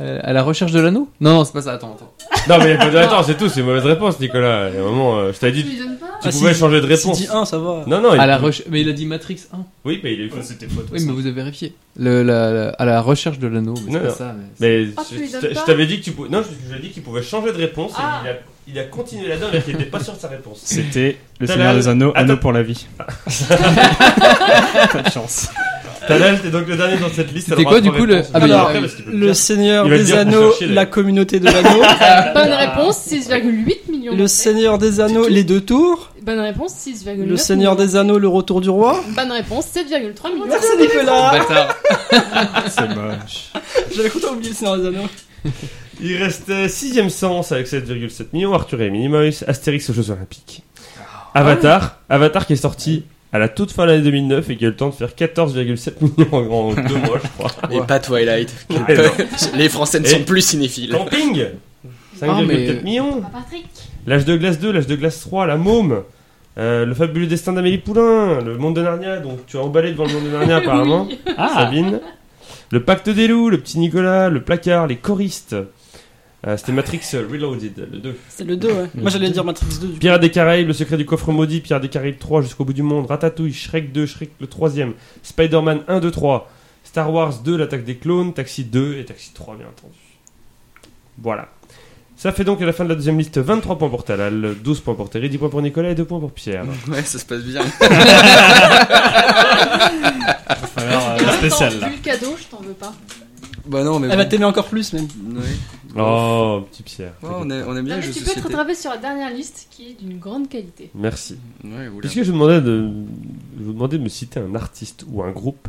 [SPEAKER 4] euh, à la recherche de l'anneau Non, non, c'est pas ça, attends, attends.
[SPEAKER 1] non, mais il y a pas de attends, c'est tout, c'est une mauvaise réponse, Nicolas. Il y a un moment, euh, je t'avais
[SPEAKER 6] Tu
[SPEAKER 1] dit,
[SPEAKER 6] lui donnes pas
[SPEAKER 1] tu
[SPEAKER 2] Ah,
[SPEAKER 1] pouvais
[SPEAKER 2] si-
[SPEAKER 1] changer de réponse.
[SPEAKER 2] Si dit 1, ça va.
[SPEAKER 1] Non, non, il...
[SPEAKER 4] À la reche- Mais il a dit Matrix 1.
[SPEAKER 1] oui, mais il est fou.
[SPEAKER 5] C'était faux, de toute
[SPEAKER 4] Oui,
[SPEAKER 5] façon.
[SPEAKER 4] mais vous avez vérifié. Le, la, la- à la recherche de l'anneau, mais
[SPEAKER 1] Non,
[SPEAKER 4] c'est pas
[SPEAKER 1] non.
[SPEAKER 4] ça. mais-
[SPEAKER 1] Mais
[SPEAKER 6] Ah, tu
[SPEAKER 1] je,
[SPEAKER 6] lui
[SPEAKER 1] je
[SPEAKER 6] donnes
[SPEAKER 1] t'a- je
[SPEAKER 6] pas
[SPEAKER 1] t'avais dit que tu pouvais. Non, je, je lui ai dit qu'il pouvait changer de réponse
[SPEAKER 6] Ah.
[SPEAKER 1] et il a, il a continué là-dedans, mais qu'il n'était pas sûr de sa réponse.
[SPEAKER 5] C'était le
[SPEAKER 1] Talal.
[SPEAKER 5] Seigneur des Anneaux,
[SPEAKER 1] Attends.
[SPEAKER 5] Anneaux pour la vie. pas de chance.
[SPEAKER 1] Talal, t'es donc le dernier dans cette liste.
[SPEAKER 4] C'était
[SPEAKER 1] alors on va
[SPEAKER 4] quoi, du
[SPEAKER 1] prendre
[SPEAKER 4] coup, le-
[SPEAKER 1] réponse
[SPEAKER 4] Ah,
[SPEAKER 1] juste
[SPEAKER 2] mais il y a-
[SPEAKER 1] après, parce qu'il peut
[SPEAKER 2] Le
[SPEAKER 1] dire.
[SPEAKER 2] Seigneur
[SPEAKER 1] Il va le
[SPEAKER 2] des
[SPEAKER 1] dire pour
[SPEAKER 2] Anneaux,
[SPEAKER 1] chercher,
[SPEAKER 2] la
[SPEAKER 1] d'ailleurs.
[SPEAKER 2] communauté de l'anneau.
[SPEAKER 6] Bonne réponse, 6,8 millions
[SPEAKER 2] le
[SPEAKER 6] d'entrées.
[SPEAKER 2] Seigneur des Anneaux, les deux tours.
[SPEAKER 6] Bonne réponse, 6,9
[SPEAKER 2] Le Seigneur des Anneaux, le retour du roi.
[SPEAKER 6] millions. Bonne réponse, 7,3 millions
[SPEAKER 2] Merci
[SPEAKER 6] d'entrées.
[SPEAKER 2] Nicolas
[SPEAKER 4] Bâtard.
[SPEAKER 5] C'est moche.
[SPEAKER 2] J'avais complètement oublié le Seigneur des Anneaux.
[SPEAKER 1] Il restait 6ème sens avec 7,7 millions, Arthur et les Minimoys, Astérix aux Jeux Olympiques.
[SPEAKER 4] Ah.
[SPEAKER 1] Avatar, Avatar qui est sorti à la toute fin de l'année 2009 et qui a eu le temps de faire 14,7 millions en, en deux mois, je crois.
[SPEAKER 3] Et pas Twilight.
[SPEAKER 1] Et non.
[SPEAKER 3] Les Français ne
[SPEAKER 1] Et-
[SPEAKER 3] sont plus cinéphiles.
[SPEAKER 1] Camping 5,4
[SPEAKER 4] Ah, mais-
[SPEAKER 1] millions
[SPEAKER 6] Ah, Patrick
[SPEAKER 1] L'âge de glace 2, l'âge de glace 3, la môme, euh, le fabuleux destin d'Amélie Poulain, le monde de Narnia, donc tu as emballé devant le monde de Narnia apparemment,
[SPEAKER 6] Oui.
[SPEAKER 5] Ah,
[SPEAKER 1] Sabine, le pacte des loups, le petit Nicolas, le placard, les choristes. Euh, C'était Matrix Reloaded, le 2.
[SPEAKER 2] C'est le 2, ouais. Moi j'allais dire Matrix 2 du coup.
[SPEAKER 1] Pirates des Caraïbes, le secret du coffre maudit, Pirates des Caraïbes 3 jusqu'au bout du monde, Ratatouille, Shrek 2, Shrek le 3 Spider-Man 1, 2, 3, Star Wars 2, l'attaque des clones, Taxi 2 et Taxi 3 bien entendu. Voilà. Ça fait donc à la fin de la deuxième liste 23 points pour Talal, 12 points pour Terry, 10 points pour Nicolas et 2 points pour Pierre.
[SPEAKER 3] Ouais, ça se passe bien.
[SPEAKER 5] alors,
[SPEAKER 6] Attends,
[SPEAKER 5] spécial là. euh,
[SPEAKER 2] Ah,
[SPEAKER 6] Vu le cadeau, je t'en veux pas.
[SPEAKER 3] Bah non, mais. Bah
[SPEAKER 1] Ah,
[SPEAKER 2] Elle va t'aimer Eh ben, encore plus même.
[SPEAKER 1] bah,
[SPEAKER 3] bon. Ouais.
[SPEAKER 1] Oh, petit Pierre.
[SPEAKER 3] Ouais, on, est, on aime bien
[SPEAKER 6] Non,
[SPEAKER 3] les jeux de
[SPEAKER 6] mais Ah, tu peux te
[SPEAKER 3] société.
[SPEAKER 6] rattraper sur la dernière liste qui est d'une grande qualité.
[SPEAKER 1] Merci.
[SPEAKER 3] Ouais, oula.
[SPEAKER 1] Puisque je vous demandais de, je vous demandais de me citer un artiste ou un groupe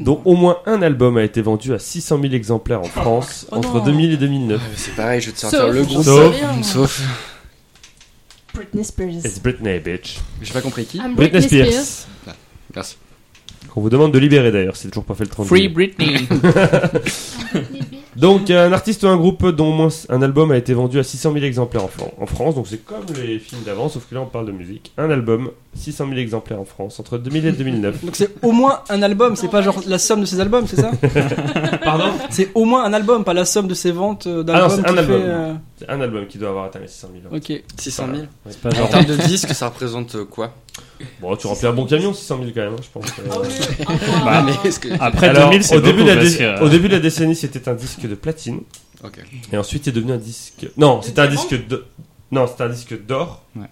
[SPEAKER 1] dont au moins un album a été vendu à 600 000 exemplaires en France
[SPEAKER 2] Oh
[SPEAKER 1] entre
[SPEAKER 2] non.
[SPEAKER 1] 2000 et 2009.
[SPEAKER 3] C'est pareil, je vais te
[SPEAKER 6] Sauf-
[SPEAKER 3] sortir le
[SPEAKER 6] j'en
[SPEAKER 3] groupe.
[SPEAKER 6] sais
[SPEAKER 1] Sauf-
[SPEAKER 6] rien, moi.
[SPEAKER 3] Sauf.
[SPEAKER 6] Britney Spears.
[SPEAKER 1] It's Britney, bitch.
[SPEAKER 3] J'ai pas compris qui.
[SPEAKER 6] I'm
[SPEAKER 1] Britney Spears.
[SPEAKER 3] Merci.
[SPEAKER 1] Qu'on vous demande de libérer d'ailleurs, c'est toujours pas fait le 30
[SPEAKER 4] Free
[SPEAKER 1] juillet.
[SPEAKER 4] Britney.
[SPEAKER 1] Donc, un artiste ou un groupe dont au moins un album a été vendu à 600 000 exemplaires en, Fran- en France, donc c'est comme les films d'avant, sauf que là on parle de musique. Un album, 600 000 exemplaires en France entre 2000 et 2009.
[SPEAKER 2] Donc c'est au moins un album, c'est pas genre la somme de ses albums, c'est ça
[SPEAKER 1] Pardon
[SPEAKER 2] C'est au moins un album, pas la somme de ses ventes euh,
[SPEAKER 1] Ah non,
[SPEAKER 2] d'albums.
[SPEAKER 1] c'est un
[SPEAKER 2] qui
[SPEAKER 1] album.
[SPEAKER 2] fait, euh,
[SPEAKER 1] C'est un album qui doit avoir atteint les 600 000.
[SPEAKER 2] Ok.
[SPEAKER 3] 600 000.
[SPEAKER 5] C'est pas
[SPEAKER 3] En
[SPEAKER 5] genre.
[SPEAKER 3] termes de disques, ça représente euh, quoi
[SPEAKER 1] Bon, tu remplis un bon camion, 600 000 quand même, hein, je pense.
[SPEAKER 6] Ah oui,
[SPEAKER 5] Bah,
[SPEAKER 6] mais
[SPEAKER 3] Est-ce que-
[SPEAKER 5] Après
[SPEAKER 1] Alors,
[SPEAKER 5] 2000, c'est
[SPEAKER 1] au, début
[SPEAKER 5] beaucoup,
[SPEAKER 1] de la
[SPEAKER 5] parce
[SPEAKER 1] dé-
[SPEAKER 5] que-
[SPEAKER 1] au début de la décennie, c'était un disque de platine,
[SPEAKER 3] Ok.
[SPEAKER 1] et ensuite est devenu un disque. Non, c'était un
[SPEAKER 6] diamant
[SPEAKER 1] disque de... Non, c'était un disque d'or.
[SPEAKER 5] Ouais.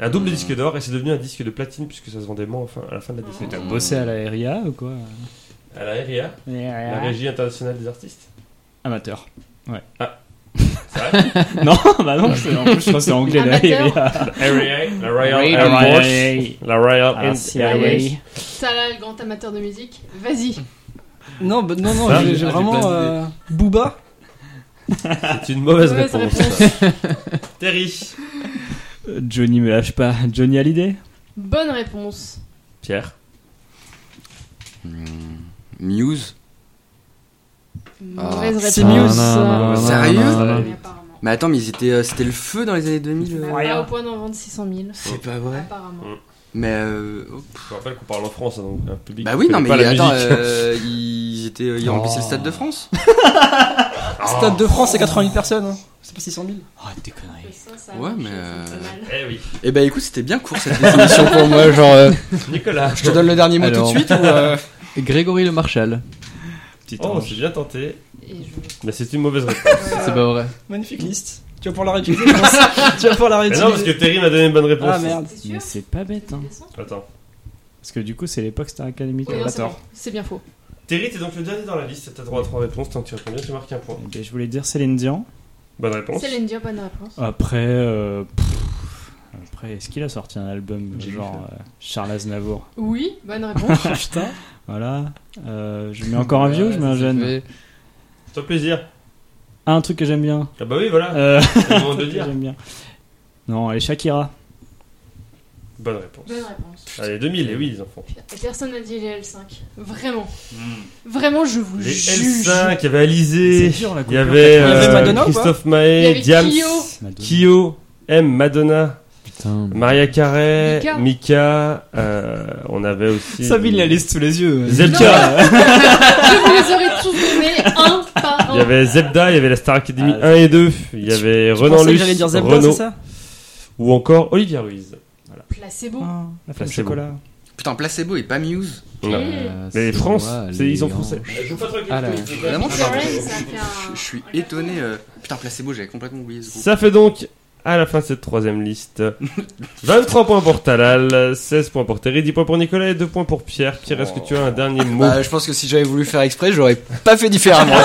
[SPEAKER 1] Un double
[SPEAKER 3] Mmh.
[SPEAKER 1] disque d'or, et c'est devenu un disque de platine puisque ça se vendait moins enfin, à la fin de la décennie.
[SPEAKER 5] T'as bossé à la RIA ou quoi
[SPEAKER 1] À la RIA La régie internationale des artistes
[SPEAKER 5] Amateur.
[SPEAKER 1] C'est vrai
[SPEAKER 5] Ah. Non, bah non, c'est- en plus, je crois que c'est anglais la
[SPEAKER 6] Amateur.
[SPEAKER 5] RIA.
[SPEAKER 1] RIA, la Royal
[SPEAKER 4] RIA.
[SPEAKER 1] Air Force, la Royal
[SPEAKER 5] Ah,
[SPEAKER 1] Air
[SPEAKER 5] si,
[SPEAKER 1] Airways.
[SPEAKER 5] oui.
[SPEAKER 6] Ça là, le grand amateur de musique, vas-y.
[SPEAKER 2] Non, bah, non, non,
[SPEAKER 1] Ça,
[SPEAKER 2] j'ai
[SPEAKER 1] Ah, j'ai
[SPEAKER 2] j'ai
[SPEAKER 4] pas
[SPEAKER 2] vraiment
[SPEAKER 4] d'idée.
[SPEAKER 2] euh, Booba.
[SPEAKER 1] C'est une mauvaise
[SPEAKER 6] Mauvaise
[SPEAKER 1] réponse.
[SPEAKER 6] réponse.
[SPEAKER 1] Terry.
[SPEAKER 5] Euh, Johnny me lâche pas. Johnny Hallyday
[SPEAKER 6] Bonne réponse.
[SPEAKER 1] Pierre.
[SPEAKER 3] Muse
[SPEAKER 6] Mauvaise réponse.
[SPEAKER 2] C'est Muse, ça.
[SPEAKER 3] Sérieux
[SPEAKER 6] Mais apparemment.
[SPEAKER 3] Mais attends, mais ils étaient, euh, c'était le feu dans les années 2000. euh.
[SPEAKER 6] Bah, Pas au point d'en vendre 600 000.
[SPEAKER 3] C'est pas vrai.
[SPEAKER 6] Apparemment.
[SPEAKER 3] Mais euh, oh,
[SPEAKER 1] Je vous rappelle qu'on parle en France, hein, donc un public.
[SPEAKER 3] bah
[SPEAKER 1] qui
[SPEAKER 3] oui,
[SPEAKER 1] connaît
[SPEAKER 3] non mais
[SPEAKER 1] pas la
[SPEAKER 3] attends,
[SPEAKER 1] musique.
[SPEAKER 3] euh, ils étaient, ils remplissaient le stade de France.
[SPEAKER 1] Ah.
[SPEAKER 2] Stade de
[SPEAKER 1] Oh.
[SPEAKER 2] France, c'est 80 000 personnes. hein. C'est pas 600 000.
[SPEAKER 5] Oh, t'es conneries.
[SPEAKER 6] Ça, ça a
[SPEAKER 3] Ouais,
[SPEAKER 6] marché,
[SPEAKER 3] mais, euh,
[SPEAKER 6] ça, c'est mal.
[SPEAKER 1] Eh oui.
[SPEAKER 3] Et bah écoute, c'était bien court cette définition pour moi. Genre, euh,
[SPEAKER 1] Nicolas.
[SPEAKER 3] je te donne le dernier mot
[SPEAKER 4] Alors.
[SPEAKER 3] tout de suite. ou, euh,
[SPEAKER 4] Grégory Le Marchal.
[SPEAKER 5] Petite
[SPEAKER 1] Oh,
[SPEAKER 5] ange.
[SPEAKER 1] c'est bien tenté.
[SPEAKER 6] Et je-
[SPEAKER 1] Mais c'est une mauvaise réponse.
[SPEAKER 4] C'est pas vrai.
[SPEAKER 2] Magnifique liste. Tu vas pouvoir la réutiliser, je pense. Tu vas pouvoir la
[SPEAKER 1] Hmm. Mais
[SPEAKER 2] réutiliser.
[SPEAKER 1] non, parce que Terry m'a donné une bonne réponse.
[SPEAKER 2] Ah merde.
[SPEAKER 6] T'es
[SPEAKER 5] Mais
[SPEAKER 6] sûr
[SPEAKER 5] c'est pas bête, hein.
[SPEAKER 1] Attends.
[SPEAKER 5] Parce que du coup, c'est l'époque Star Academy.
[SPEAKER 6] Oui, non,
[SPEAKER 5] t'as
[SPEAKER 6] c'est
[SPEAKER 5] tort.
[SPEAKER 6] bon. C'est bien faux.
[SPEAKER 1] Terry, t'es donc le dernier dans la liste. T'as droit à 3 réponses. Tant que tu réponds bien, tu marques un point.
[SPEAKER 5] Eh bien, je voulais dire Céline Dion.
[SPEAKER 1] Bonne réponse.
[SPEAKER 6] Céline Dion, bonne réponse.
[SPEAKER 1] Ah.
[SPEAKER 5] Après, euh, pff, après, est-ce qu'il a sorti un album
[SPEAKER 1] J'ai
[SPEAKER 5] genre euh, Charles Aznavour
[SPEAKER 6] Oui, bonne réponse.
[SPEAKER 2] Putain.
[SPEAKER 5] Voilà. Euh, je mets encore un vieux ou je mets un jeune
[SPEAKER 4] Mais-
[SPEAKER 1] Toi, plaisir.
[SPEAKER 5] Ah, un truc que j'aime bien.
[SPEAKER 1] Ah bah oui, voilà.
[SPEAKER 5] Euh,
[SPEAKER 1] C'est le moment
[SPEAKER 5] un
[SPEAKER 1] de le
[SPEAKER 5] truc que
[SPEAKER 1] dire.
[SPEAKER 5] j'aime bien. Non, et Shakira.
[SPEAKER 1] Bonne réponse.
[SPEAKER 6] bonne réponse.
[SPEAKER 1] Allez, 2000, et oui, les enfants.
[SPEAKER 6] Et personne n'a dit les L5. Vraiment. Vraiment, je vous
[SPEAKER 1] Hmm. Les
[SPEAKER 6] juge.
[SPEAKER 1] L5, il y avait Alizé.
[SPEAKER 5] C'est dur, la
[SPEAKER 1] Il y
[SPEAKER 5] coupure.
[SPEAKER 1] avait,
[SPEAKER 2] Il y avait
[SPEAKER 1] euh,
[SPEAKER 2] Madonna ou pas
[SPEAKER 1] Christophe
[SPEAKER 6] Il y avait
[SPEAKER 1] Maé, Diams,
[SPEAKER 6] Kyo.
[SPEAKER 5] Madonna.
[SPEAKER 1] Kyo, M, Madonna,
[SPEAKER 4] Putain.
[SPEAKER 1] Maria Carey,
[SPEAKER 6] Mika.
[SPEAKER 1] Mika, euh, on avait aussi...
[SPEAKER 5] Sabine la liste sous les yeux.
[SPEAKER 1] Euh, Zebda,
[SPEAKER 6] Je vous les aurais tous donnés un par un.
[SPEAKER 1] il y avait Zebda, il y avait la Star Academy
[SPEAKER 5] Ah,
[SPEAKER 1] 1 et 2, il y avait
[SPEAKER 2] Je
[SPEAKER 1] Renan
[SPEAKER 2] pensais que
[SPEAKER 1] Luce,
[SPEAKER 2] j'allais dire Zebda, c'est
[SPEAKER 1] Renaud,
[SPEAKER 2] ça
[SPEAKER 1] ou encore Olivia Ruiz.
[SPEAKER 6] Placebo.
[SPEAKER 5] Ah, la flamme
[SPEAKER 1] C'est bon.
[SPEAKER 5] chocolat.
[SPEAKER 3] Putain, placebo et pas Muse.
[SPEAKER 1] Non.
[SPEAKER 6] Et-
[SPEAKER 4] Euh,
[SPEAKER 1] Mais
[SPEAKER 4] c'est
[SPEAKER 1] France,
[SPEAKER 4] moi,
[SPEAKER 1] c'est- ils sont
[SPEAKER 4] les
[SPEAKER 1] français.
[SPEAKER 4] hanches. Ah là.
[SPEAKER 3] Vraiment, je suis-
[SPEAKER 6] Karen, ça fait un-
[SPEAKER 3] je suis
[SPEAKER 6] un carton.
[SPEAKER 3] étonné. euh, Putain, placebo, j'avais complètement oublié ce groupe.
[SPEAKER 1] Ça fait donc, à la fin de cette troisième liste, 23 points pour Talal, 16 points pour Terry, 10 points pour Nicolas et 2 points pour Pierre. Pierre, est-ce que tu as un dernier mot
[SPEAKER 3] Bah, je pense que si j'avais voulu faire exprès, j'aurais pas fait différemment.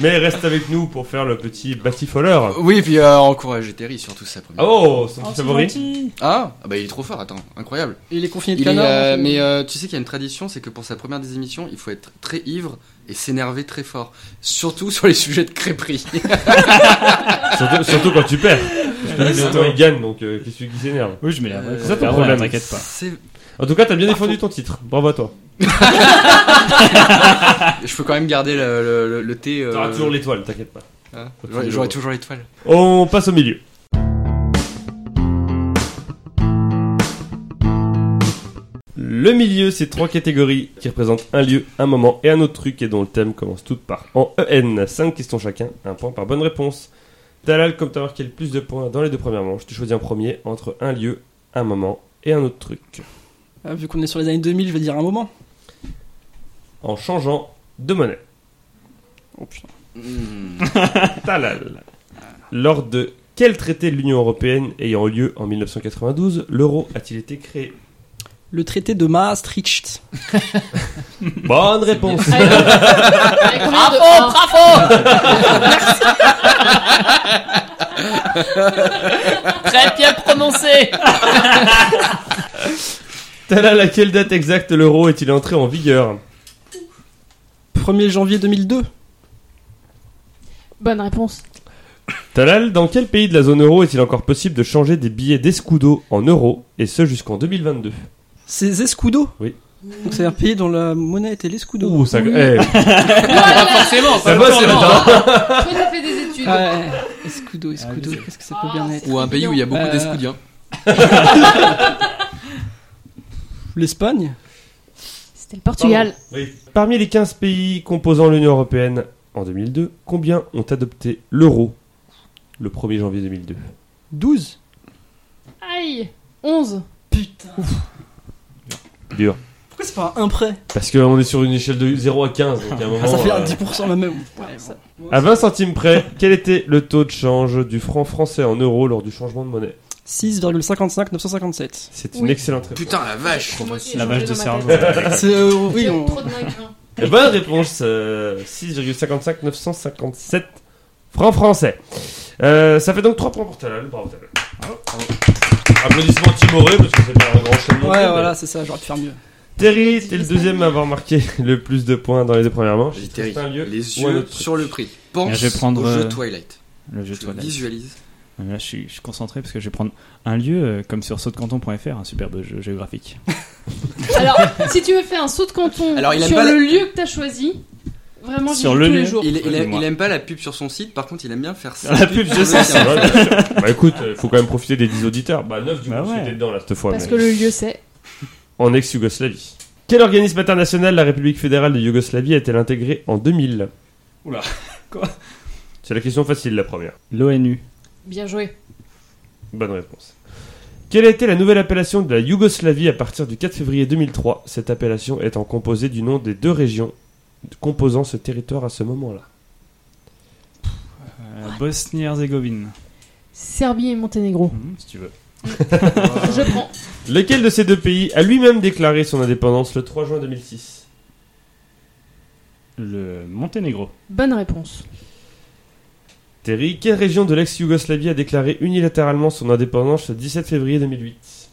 [SPEAKER 1] Mais reste avec nous pour faire le petit batifoleur.
[SPEAKER 3] oui, puis euh, encourager Terry, surtout sa
[SPEAKER 1] Ah
[SPEAKER 3] première.
[SPEAKER 1] Oh, son petit
[SPEAKER 5] c'est
[SPEAKER 1] favori.
[SPEAKER 5] gentil.
[SPEAKER 3] Ah, ah bah il est trop fort, attends, incroyable.
[SPEAKER 2] Il est confiné de
[SPEAKER 3] Il est,
[SPEAKER 2] canard.
[SPEAKER 3] euh,
[SPEAKER 2] en fait.
[SPEAKER 3] mais euh, tu sais qu'il y a une tradition, c'est que pour sa première des émissions, il faut être très ivre et s'énerver très fort. Surtout sur les sujets de crêperie.
[SPEAKER 1] Surtout, surtout quand tu perds. Parce que lui, maintenant, il gagne, donc euh, qu'est-ce qui s'énerve
[SPEAKER 5] Oui, je mets la vraie.
[SPEAKER 3] Euh,
[SPEAKER 5] couleur.
[SPEAKER 1] ça, ton
[SPEAKER 5] Ah ouais,
[SPEAKER 1] problème.
[SPEAKER 5] T'inquiète pas.
[SPEAKER 3] C'est-
[SPEAKER 1] En tout cas, t'as bien défendu ton titre. Bravo à toi.
[SPEAKER 3] Je peux quand même garder le, le- le- le thé. euh,
[SPEAKER 1] T'auras toujours l'étoile, t'inquiète pas.
[SPEAKER 3] hein, j'aurai- J'aurai toujours l'étoile.
[SPEAKER 1] On passe au milieu. Le milieu, c'est trois catégories qui représentent un lieu, un moment et un autre truc et dont le thème commence toutes par en EN. Cinq questions chacun, un point par bonne réponse. Talal, comme t'as marqué le plus de points dans les deux premières manches, tu choisis un premier entre un lieu, un moment et un autre truc.
[SPEAKER 2] Ah, vu qu'on est sur les années 2000, je vais dire un moment.
[SPEAKER 1] En changeant de monnaie.
[SPEAKER 2] Oh putain.
[SPEAKER 3] Hmm.
[SPEAKER 1] Talal. Lors de quel traité de l'Union européenne ayant lieu en 1992, l'euro a-t-il été créé
[SPEAKER 2] Le traité de Maastricht.
[SPEAKER 1] Bonne réponse.
[SPEAKER 6] Avec, avec combien de un
[SPEAKER 7] Très bien prononcé.
[SPEAKER 1] T'as là à quelle date exacte l'euro est-il entré en vigueur
[SPEAKER 2] 1er janvier 2002.
[SPEAKER 6] Bonne réponse.
[SPEAKER 1] Talal, dans quel pays de la zone euro est-il encore possible de changer des billets d'escudo en euros, et ce jusqu'en 2022
[SPEAKER 2] C'est Escudo
[SPEAKER 1] Oui.
[SPEAKER 2] Donc c'est un pays dont la monnaie était l'escudo.
[SPEAKER 1] Ouh, ça... eh,
[SPEAKER 7] Pas forcément.
[SPEAKER 1] ça bosse, hein. les
[SPEAKER 7] forcément.
[SPEAKER 1] matins.
[SPEAKER 6] Toi, t'as fait des études.
[SPEAKER 2] Ah, Ouais, escudo, escudo,
[SPEAKER 5] Ah, oui.
[SPEAKER 2] qu'est-ce que ça peut bien être
[SPEAKER 4] Ou un pays où il y a beaucoup
[SPEAKER 2] Euh,
[SPEAKER 3] hein.
[SPEAKER 4] d'escoudiens.
[SPEAKER 2] L'Espagne
[SPEAKER 6] C'était le Portugal.
[SPEAKER 1] Parmi les 15 pays composant l'Union Européenne en 2002, combien ont adopté l'euro le 1er janvier 2002
[SPEAKER 2] 12
[SPEAKER 6] Aïe 11.
[SPEAKER 2] Putain.
[SPEAKER 1] Dur. Oh,
[SPEAKER 2] Pourquoi c'est pas un prêt
[SPEAKER 1] Parce qu'on est sur une échelle de 0 à 15, donc à un moment...
[SPEAKER 2] Ah, Ça fait un
[SPEAKER 1] euh,
[SPEAKER 2] 10% la même. Ouais,
[SPEAKER 6] ça-
[SPEAKER 1] À 20 centimes près, quel était le taux de change du franc français en euros lors du changement de monnaie
[SPEAKER 2] 6,55 957.
[SPEAKER 1] C'est
[SPEAKER 6] Oui.
[SPEAKER 1] une excellente réponse.
[SPEAKER 3] Putain, la vache.
[SPEAKER 5] La vache de cerveau.
[SPEAKER 2] C'est euh, oui,
[SPEAKER 6] Oui,
[SPEAKER 2] on-
[SPEAKER 6] Trop de maigres.
[SPEAKER 1] Et Bonne Eh ben, réponse, euh, 6,55 957 francs français. Euh, ça fait donc 3 points pour Talal, bravo Talal. Applaudissements timorés parce que c'est pas un grand chaîne non plus,
[SPEAKER 2] Oh. Ouais,
[SPEAKER 1] mais-
[SPEAKER 2] voilà, c'est ça, j'aurais pu faire mieux.
[SPEAKER 1] Terry, t'es le deuxième à avoir marqué le plus de points dans les deux premières manches.
[SPEAKER 3] J'ai
[SPEAKER 1] Est-ce que c'est
[SPEAKER 3] terrible.
[SPEAKER 1] un lieu
[SPEAKER 3] les
[SPEAKER 1] ou un
[SPEAKER 3] yeux
[SPEAKER 1] autre truc
[SPEAKER 3] sur le prix. Pense
[SPEAKER 5] Là, je vais prendre,
[SPEAKER 3] au jeu
[SPEAKER 5] euh,
[SPEAKER 3] Twilight.
[SPEAKER 5] Le jeu de
[SPEAKER 3] Je le
[SPEAKER 5] toilette.
[SPEAKER 3] visualise.
[SPEAKER 5] Euh, Là, je suis, je suis concentré parce que je vais prendre un lieu euh, comme sur sautcanton.fr, un superbe jeu géographique.
[SPEAKER 6] Alors, si tu veux faire un saut de canton
[SPEAKER 3] Alors, il aime
[SPEAKER 6] sur
[SPEAKER 3] pas la-
[SPEAKER 6] le lieu que t'as choisi, vraiment, j'y
[SPEAKER 5] Sur
[SPEAKER 6] vais
[SPEAKER 5] le
[SPEAKER 6] tous
[SPEAKER 5] lieu.
[SPEAKER 6] les jours.
[SPEAKER 3] Il, il aime,
[SPEAKER 5] Dis-moi.
[SPEAKER 3] il aime pas la pub sur son site, par contre il aime bien faire ça.
[SPEAKER 5] La pub, je sais.
[SPEAKER 1] Ah, ouais, bien sûr. bah écoute, euh, faut quand même profiter des 10 auditeurs. Bah 9 du
[SPEAKER 5] Bah
[SPEAKER 1] coup,
[SPEAKER 5] ouais.
[SPEAKER 1] c'était dedans là cette fois.
[SPEAKER 6] Parce
[SPEAKER 1] mais-
[SPEAKER 6] que le lieu, c'est.
[SPEAKER 1] En ex-Yougoslavie. Quel organisme international la République fédérale de Yougoslavie a-t-elle intégré en 2000
[SPEAKER 5] Oula, quoi
[SPEAKER 1] C'est la question facile la première.
[SPEAKER 5] L'ONU.
[SPEAKER 6] Bien joué.
[SPEAKER 1] Bonne réponse. Quelle a été la nouvelle appellation de la Yougoslavie à partir du 4 février 2003 Cette appellation étant composée du nom des deux régions composant ce territoire à ce moment-là.
[SPEAKER 5] Euh, Bosnie-Herzégovine.
[SPEAKER 6] Serbie et Monténégro.
[SPEAKER 5] Mhm, si tu veux.
[SPEAKER 6] Je prends.
[SPEAKER 1] Lequel de ces deux pays a lui-même déclaré son indépendance le 3 juin 2006
[SPEAKER 5] Le Monténégro.
[SPEAKER 6] Bonne réponse.
[SPEAKER 1] Terry, quelle région de l'ex-Yougoslavie a déclaré unilatéralement son indépendance le 17 février 2008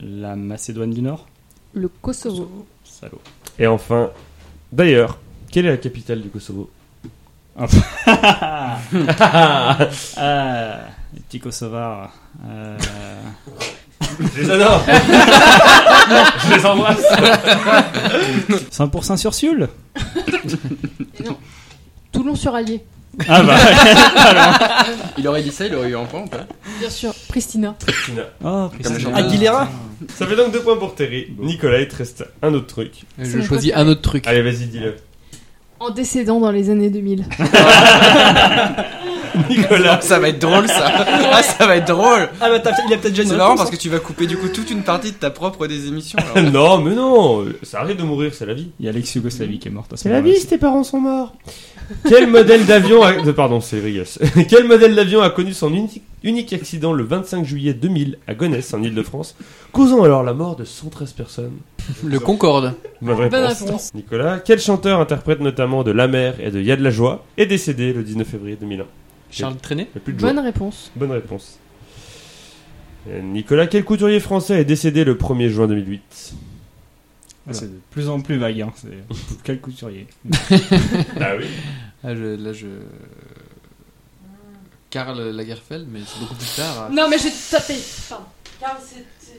[SPEAKER 5] La Macédoine du Nord.
[SPEAKER 6] Le Kosovo.
[SPEAKER 5] Salaud.
[SPEAKER 1] Et enfin, d'ailleurs, quelle est la capitale du Kosovo
[SPEAKER 5] Ah, les petits Kosovars. Euh,
[SPEAKER 1] Je les adore Je les embrasse
[SPEAKER 5] 100% sur Sioule
[SPEAKER 6] Toulon sur Allier.
[SPEAKER 5] Ah bah.
[SPEAKER 3] Il aurait dit ça, il aurait eu un point ou pas
[SPEAKER 6] Bien sûr. Pristina.
[SPEAKER 5] Oh,
[SPEAKER 3] Comme le
[SPEAKER 5] Christophe.
[SPEAKER 3] chanteur.
[SPEAKER 2] Aguilera
[SPEAKER 1] Ça fait donc deux points pour Terry. Nicolas, il te reste un autre truc.
[SPEAKER 4] Je
[SPEAKER 6] C'est
[SPEAKER 4] choisis
[SPEAKER 6] mon
[SPEAKER 4] un autre truc.
[SPEAKER 1] Allez, vas-y, dis-le.
[SPEAKER 6] En décédant dans les années 2000.
[SPEAKER 3] Nicolas, ça va être drôle ça. Ah, ça va être drôle.
[SPEAKER 2] Ah, bah, t'as- il a peut-être déjà une
[SPEAKER 3] C'est marrant
[SPEAKER 2] réponse,
[SPEAKER 3] parce
[SPEAKER 2] hein.
[SPEAKER 3] que tu vas couper du coup toute une partie de ta propre des émissions. alors.
[SPEAKER 1] non, mais non Ça arrive de mourir, c'est la vie.
[SPEAKER 5] Il y a l'ex-Yougoslavie qui est morte à ce
[SPEAKER 1] C'est la
[SPEAKER 5] moment-là.
[SPEAKER 1] vie si tes parents sont morts. Quel modèle d'avion a... de- Pardon, c'est Rigas. Quel modèle d'avion a connu son unique, unique accident le 25 juillet 2000 à Gonesse, en Ile-de-France, causant alors la mort de 113 personnes
[SPEAKER 4] Le Concorde.
[SPEAKER 1] Bonne
[SPEAKER 6] Bonne
[SPEAKER 1] réponse.
[SPEAKER 6] réponse.
[SPEAKER 1] Nicolas, quel chanteur interprète notamment de La Mer et de Y'a de la Joie est décédé le 19 février 2001
[SPEAKER 4] Charles Trenet.
[SPEAKER 1] Il y a plus de joie.
[SPEAKER 6] Bonne réponse.
[SPEAKER 1] Bonne réponse. Euh, Nicolas, quel couturier français est décédé le 1er juin 2008
[SPEAKER 5] Ah, C'est de plus en plus vague. Hein. c'est- Quel couturier.
[SPEAKER 1] Ah oui
[SPEAKER 4] Ah, je- là, je. Karl Lagerfeld, mais c'est beaucoup plus tard.
[SPEAKER 6] Non, mais je vais te taper. Pardon.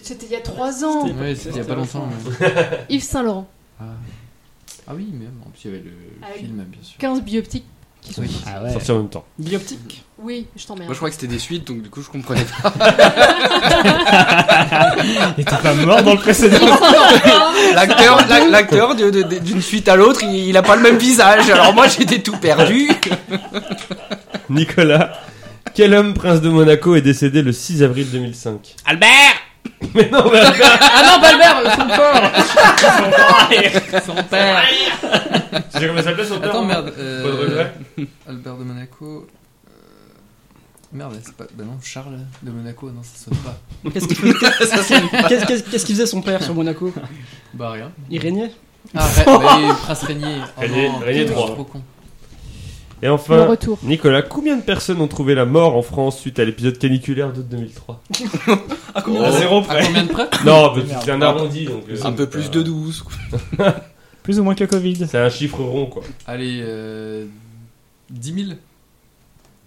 [SPEAKER 6] C'était il y a 3 ans.
[SPEAKER 4] Ouais, c'était il y a pas longtemps. ouais.
[SPEAKER 6] Yves Saint-Laurent.
[SPEAKER 4] Ah. Ah oui, même. En plus, il y avait le
[SPEAKER 6] Ah oui.
[SPEAKER 4] film, bien sûr.
[SPEAKER 6] 15 bioptiques qui sont.
[SPEAKER 5] Ah ouais.
[SPEAKER 1] Sorti en même temps.
[SPEAKER 2] Bioptique.
[SPEAKER 6] Oui, je t'emmerde.
[SPEAKER 3] Moi je crois que c'était des suites donc du coup je comprenais pas.
[SPEAKER 5] Il était pas mort dans le précédent.
[SPEAKER 3] L'acteur, l'ac- l'acteur de- de- de- d'une suite à l'autre, il, il a pas le même visage. Alors moi j'étais tout perdu.
[SPEAKER 1] Nicolas, quel homme prince de Monaco est décédé le 6 avril 2005
[SPEAKER 7] Ah non, Balbert, son corps.
[SPEAKER 4] Son père. hein.
[SPEAKER 1] J'ai comment ça s'appelait son
[SPEAKER 4] Attends, merde. euh,
[SPEAKER 1] Pas de regret
[SPEAKER 4] Albert de Monaco. euh, Merde, c'est pas. Bah non, Charles de Monaco, non, ça sonne pas.
[SPEAKER 2] Qu'est-ce qu'il faisait, qu'est-ce- qu'est-ce- qu'est-ce qu'il faisait son père sur Monaco
[SPEAKER 4] Bah rien.
[SPEAKER 2] Il régnait
[SPEAKER 4] Ah, Ra- bah, il est Prince Régnier. Oh
[SPEAKER 1] Régnier-
[SPEAKER 4] non,
[SPEAKER 1] Régnier
[SPEAKER 4] putain, je suis
[SPEAKER 1] trois.
[SPEAKER 4] trop con.
[SPEAKER 1] Et
[SPEAKER 6] Le
[SPEAKER 1] enfin,
[SPEAKER 6] retour.
[SPEAKER 1] Nicolas, combien de personnes ont trouvé la mort en France suite à l'épisode caniculaire d'août 2003
[SPEAKER 2] Ah,
[SPEAKER 3] combien-
[SPEAKER 2] combien
[SPEAKER 3] Oh.
[SPEAKER 5] Zéro
[SPEAKER 4] À combien de près
[SPEAKER 1] Non, mais
[SPEAKER 5] merde.
[SPEAKER 1] c'est un arrondi. donc, euh,
[SPEAKER 3] Un peu
[SPEAKER 1] c'est
[SPEAKER 3] plus de 12.
[SPEAKER 5] Plus ou moins que le Covid.
[SPEAKER 1] C'est un chiffre rond, quoi.
[SPEAKER 4] Allez, euh, 10 000.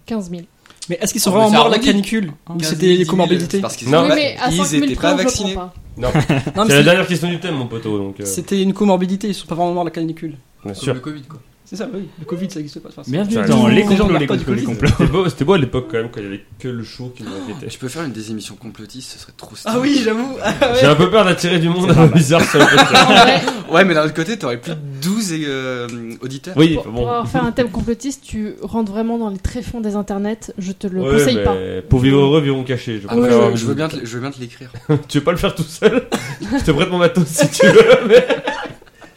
[SPEAKER 6] 15 000.
[SPEAKER 2] Ah, Mais Ah, est-ce qu'ils sont
[SPEAKER 4] Oh,
[SPEAKER 2] vraiment
[SPEAKER 4] mais ça
[SPEAKER 2] morts de la
[SPEAKER 4] arrondit.
[SPEAKER 2] canicule Ou
[SPEAKER 4] 15
[SPEAKER 2] c'était
[SPEAKER 4] 000,
[SPEAKER 2] les comorbidités
[SPEAKER 3] C'est parce qu'ils
[SPEAKER 1] Non,
[SPEAKER 3] étaient
[SPEAKER 6] oui,
[SPEAKER 1] bah,
[SPEAKER 6] mais à
[SPEAKER 3] ils
[SPEAKER 6] 5 000
[SPEAKER 3] étaient
[SPEAKER 6] près,
[SPEAKER 3] pas
[SPEAKER 6] on le
[SPEAKER 3] vaccinés.
[SPEAKER 6] prend pas.
[SPEAKER 2] Non, mais
[SPEAKER 1] C'est la
[SPEAKER 2] c'était-
[SPEAKER 1] dernière question du thème, mon poteau, donc. euh,
[SPEAKER 2] C'était une comorbidité, ils sont pas vraiment morts de la canicule.
[SPEAKER 1] Bien
[SPEAKER 4] Comme
[SPEAKER 1] sûr.
[SPEAKER 4] le Covid, quoi.
[SPEAKER 2] C'est ça, bah oui, le Covid ça existe pas. Enfin, c'est-
[SPEAKER 5] Bienvenue
[SPEAKER 1] Ça,
[SPEAKER 5] dans
[SPEAKER 1] je-
[SPEAKER 5] les
[SPEAKER 2] les gens
[SPEAKER 5] complots,
[SPEAKER 2] meurent
[SPEAKER 5] les
[SPEAKER 2] pas du
[SPEAKER 5] complots, les
[SPEAKER 2] Covid.
[SPEAKER 5] complots.
[SPEAKER 1] C'était beau, c'était beau à l'époque, quand même, quand il y avait que le show qui nous inquiétait.
[SPEAKER 3] Je peux faire une des émissions complotistes, ce serait trop stylé.
[SPEAKER 2] Ah oui, j'avoue Ah ouais.
[SPEAKER 1] J'ai un peu peur d'attirer du monde
[SPEAKER 5] C'est pas mal.
[SPEAKER 1] bizarre sur le podcast.
[SPEAKER 6] En vrai,
[SPEAKER 3] Ouais, mais d'un autre côté, t'aurais plus de 12 et, euh, auditeurs.
[SPEAKER 1] Oui,
[SPEAKER 6] pour,
[SPEAKER 1] bon.
[SPEAKER 6] pour avoir fait un thème complotiste, tu rentres vraiment dans les tréfonds des internets. Je te le
[SPEAKER 1] Ouais,
[SPEAKER 6] conseille
[SPEAKER 1] mais
[SPEAKER 6] pas.
[SPEAKER 1] Pour vivre heureux, vivons cachés. Je
[SPEAKER 3] Ah,
[SPEAKER 1] préfère
[SPEAKER 3] je-
[SPEAKER 1] avoir-
[SPEAKER 3] je, veux bien te, je veux bien te l'écrire.
[SPEAKER 1] Tu veux pas le faire tout seul Je te prête mon matos si tu veux, mais.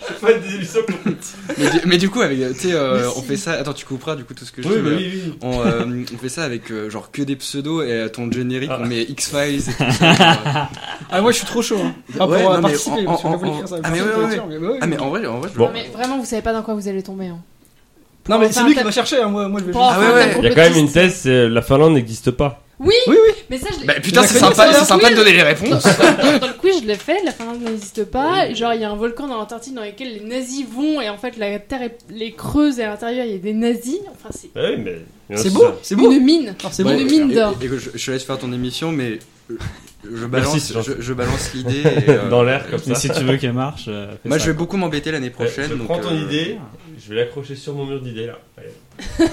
[SPEAKER 1] Je fais pas des émissions pour-
[SPEAKER 3] mais, du, mais du coup, avec, euh, tu sais, euh, on fait ça. Attends, tu couperas du coup tout ce que je
[SPEAKER 1] Oui,
[SPEAKER 3] dis,
[SPEAKER 1] bah
[SPEAKER 3] mais,
[SPEAKER 1] oui, oui.
[SPEAKER 3] euh, On, euh, on fait ça avec euh, genre que des pseudos et euh, ton générique,
[SPEAKER 1] Ah.
[SPEAKER 3] on met X-Files et tout ça.
[SPEAKER 2] Ah, moi je suis trop chaud hein. Ah,
[SPEAKER 3] Ouais,
[SPEAKER 2] pour euh,
[SPEAKER 3] non, mais
[SPEAKER 2] participer,
[SPEAKER 3] en-
[SPEAKER 2] parce que
[SPEAKER 3] en-
[SPEAKER 2] je voulais
[SPEAKER 3] en-
[SPEAKER 2] faire ça.
[SPEAKER 3] ah, mais ouais, ouais,
[SPEAKER 2] ouais.
[SPEAKER 3] ah, mais en vrai, en vrai, je-
[SPEAKER 1] Bon. Ah
[SPEAKER 6] Non, mais vraiment, vous savez pas dans quoi vous allez tomber. hein.
[SPEAKER 2] Non, mais
[SPEAKER 6] Enfin,
[SPEAKER 2] c'est lui
[SPEAKER 6] t'as-
[SPEAKER 2] qui m'a cherché, hein, moi moi, je vais
[SPEAKER 6] Pour
[SPEAKER 2] juste.
[SPEAKER 3] Ah, ouais,
[SPEAKER 6] avoir un
[SPEAKER 3] ouais.
[SPEAKER 6] thème
[SPEAKER 1] Il y a quand même une
[SPEAKER 6] complotiste.
[SPEAKER 1] thèse c'est euh, la Finlande n'existe pas.
[SPEAKER 6] Oui,
[SPEAKER 2] Oui, oui
[SPEAKER 6] mais ça, je l'ai.
[SPEAKER 3] Bah, putain,
[SPEAKER 2] Je
[SPEAKER 3] c'est
[SPEAKER 2] la connais,
[SPEAKER 3] sympa,
[SPEAKER 2] celle-là.
[SPEAKER 3] c'est sympa de donner les réponses.
[SPEAKER 6] Dans le quiz, je l'ai fait, la Finlande n'existe pas. Et Genre, il y a un volcan dans l'Antarctique dans lequel les nazis vont, et en fait, la terre est les creuse, et à l'intérieur, il y a des nazis. Enfin, c'est
[SPEAKER 1] Bah oui, mais. Eh,
[SPEAKER 2] C'est beau, c'est beau Oh,
[SPEAKER 6] une mine.
[SPEAKER 2] Alors, C'est
[SPEAKER 6] Bon,
[SPEAKER 2] beau
[SPEAKER 6] une mine
[SPEAKER 3] et-
[SPEAKER 6] d'or.
[SPEAKER 3] et- écoute, je, je te laisse faire ton émission, mais euh, je
[SPEAKER 1] Merci,
[SPEAKER 3] balance,
[SPEAKER 1] c'est gentil.
[SPEAKER 3] je, je balance l'idée. et, euh,
[SPEAKER 1] Dans l'air, comme ça.
[SPEAKER 5] Mais si tu veux qu'elle marche, euh, fais
[SPEAKER 3] Moi,
[SPEAKER 5] ça,
[SPEAKER 3] je vais
[SPEAKER 5] quoi.
[SPEAKER 3] beaucoup m'embêter l'année prochaine.
[SPEAKER 1] je
[SPEAKER 3] donc,
[SPEAKER 1] prends ton
[SPEAKER 3] euh,
[SPEAKER 1] idée, je vais l'accrocher sur mon mur d'idées là. Allez.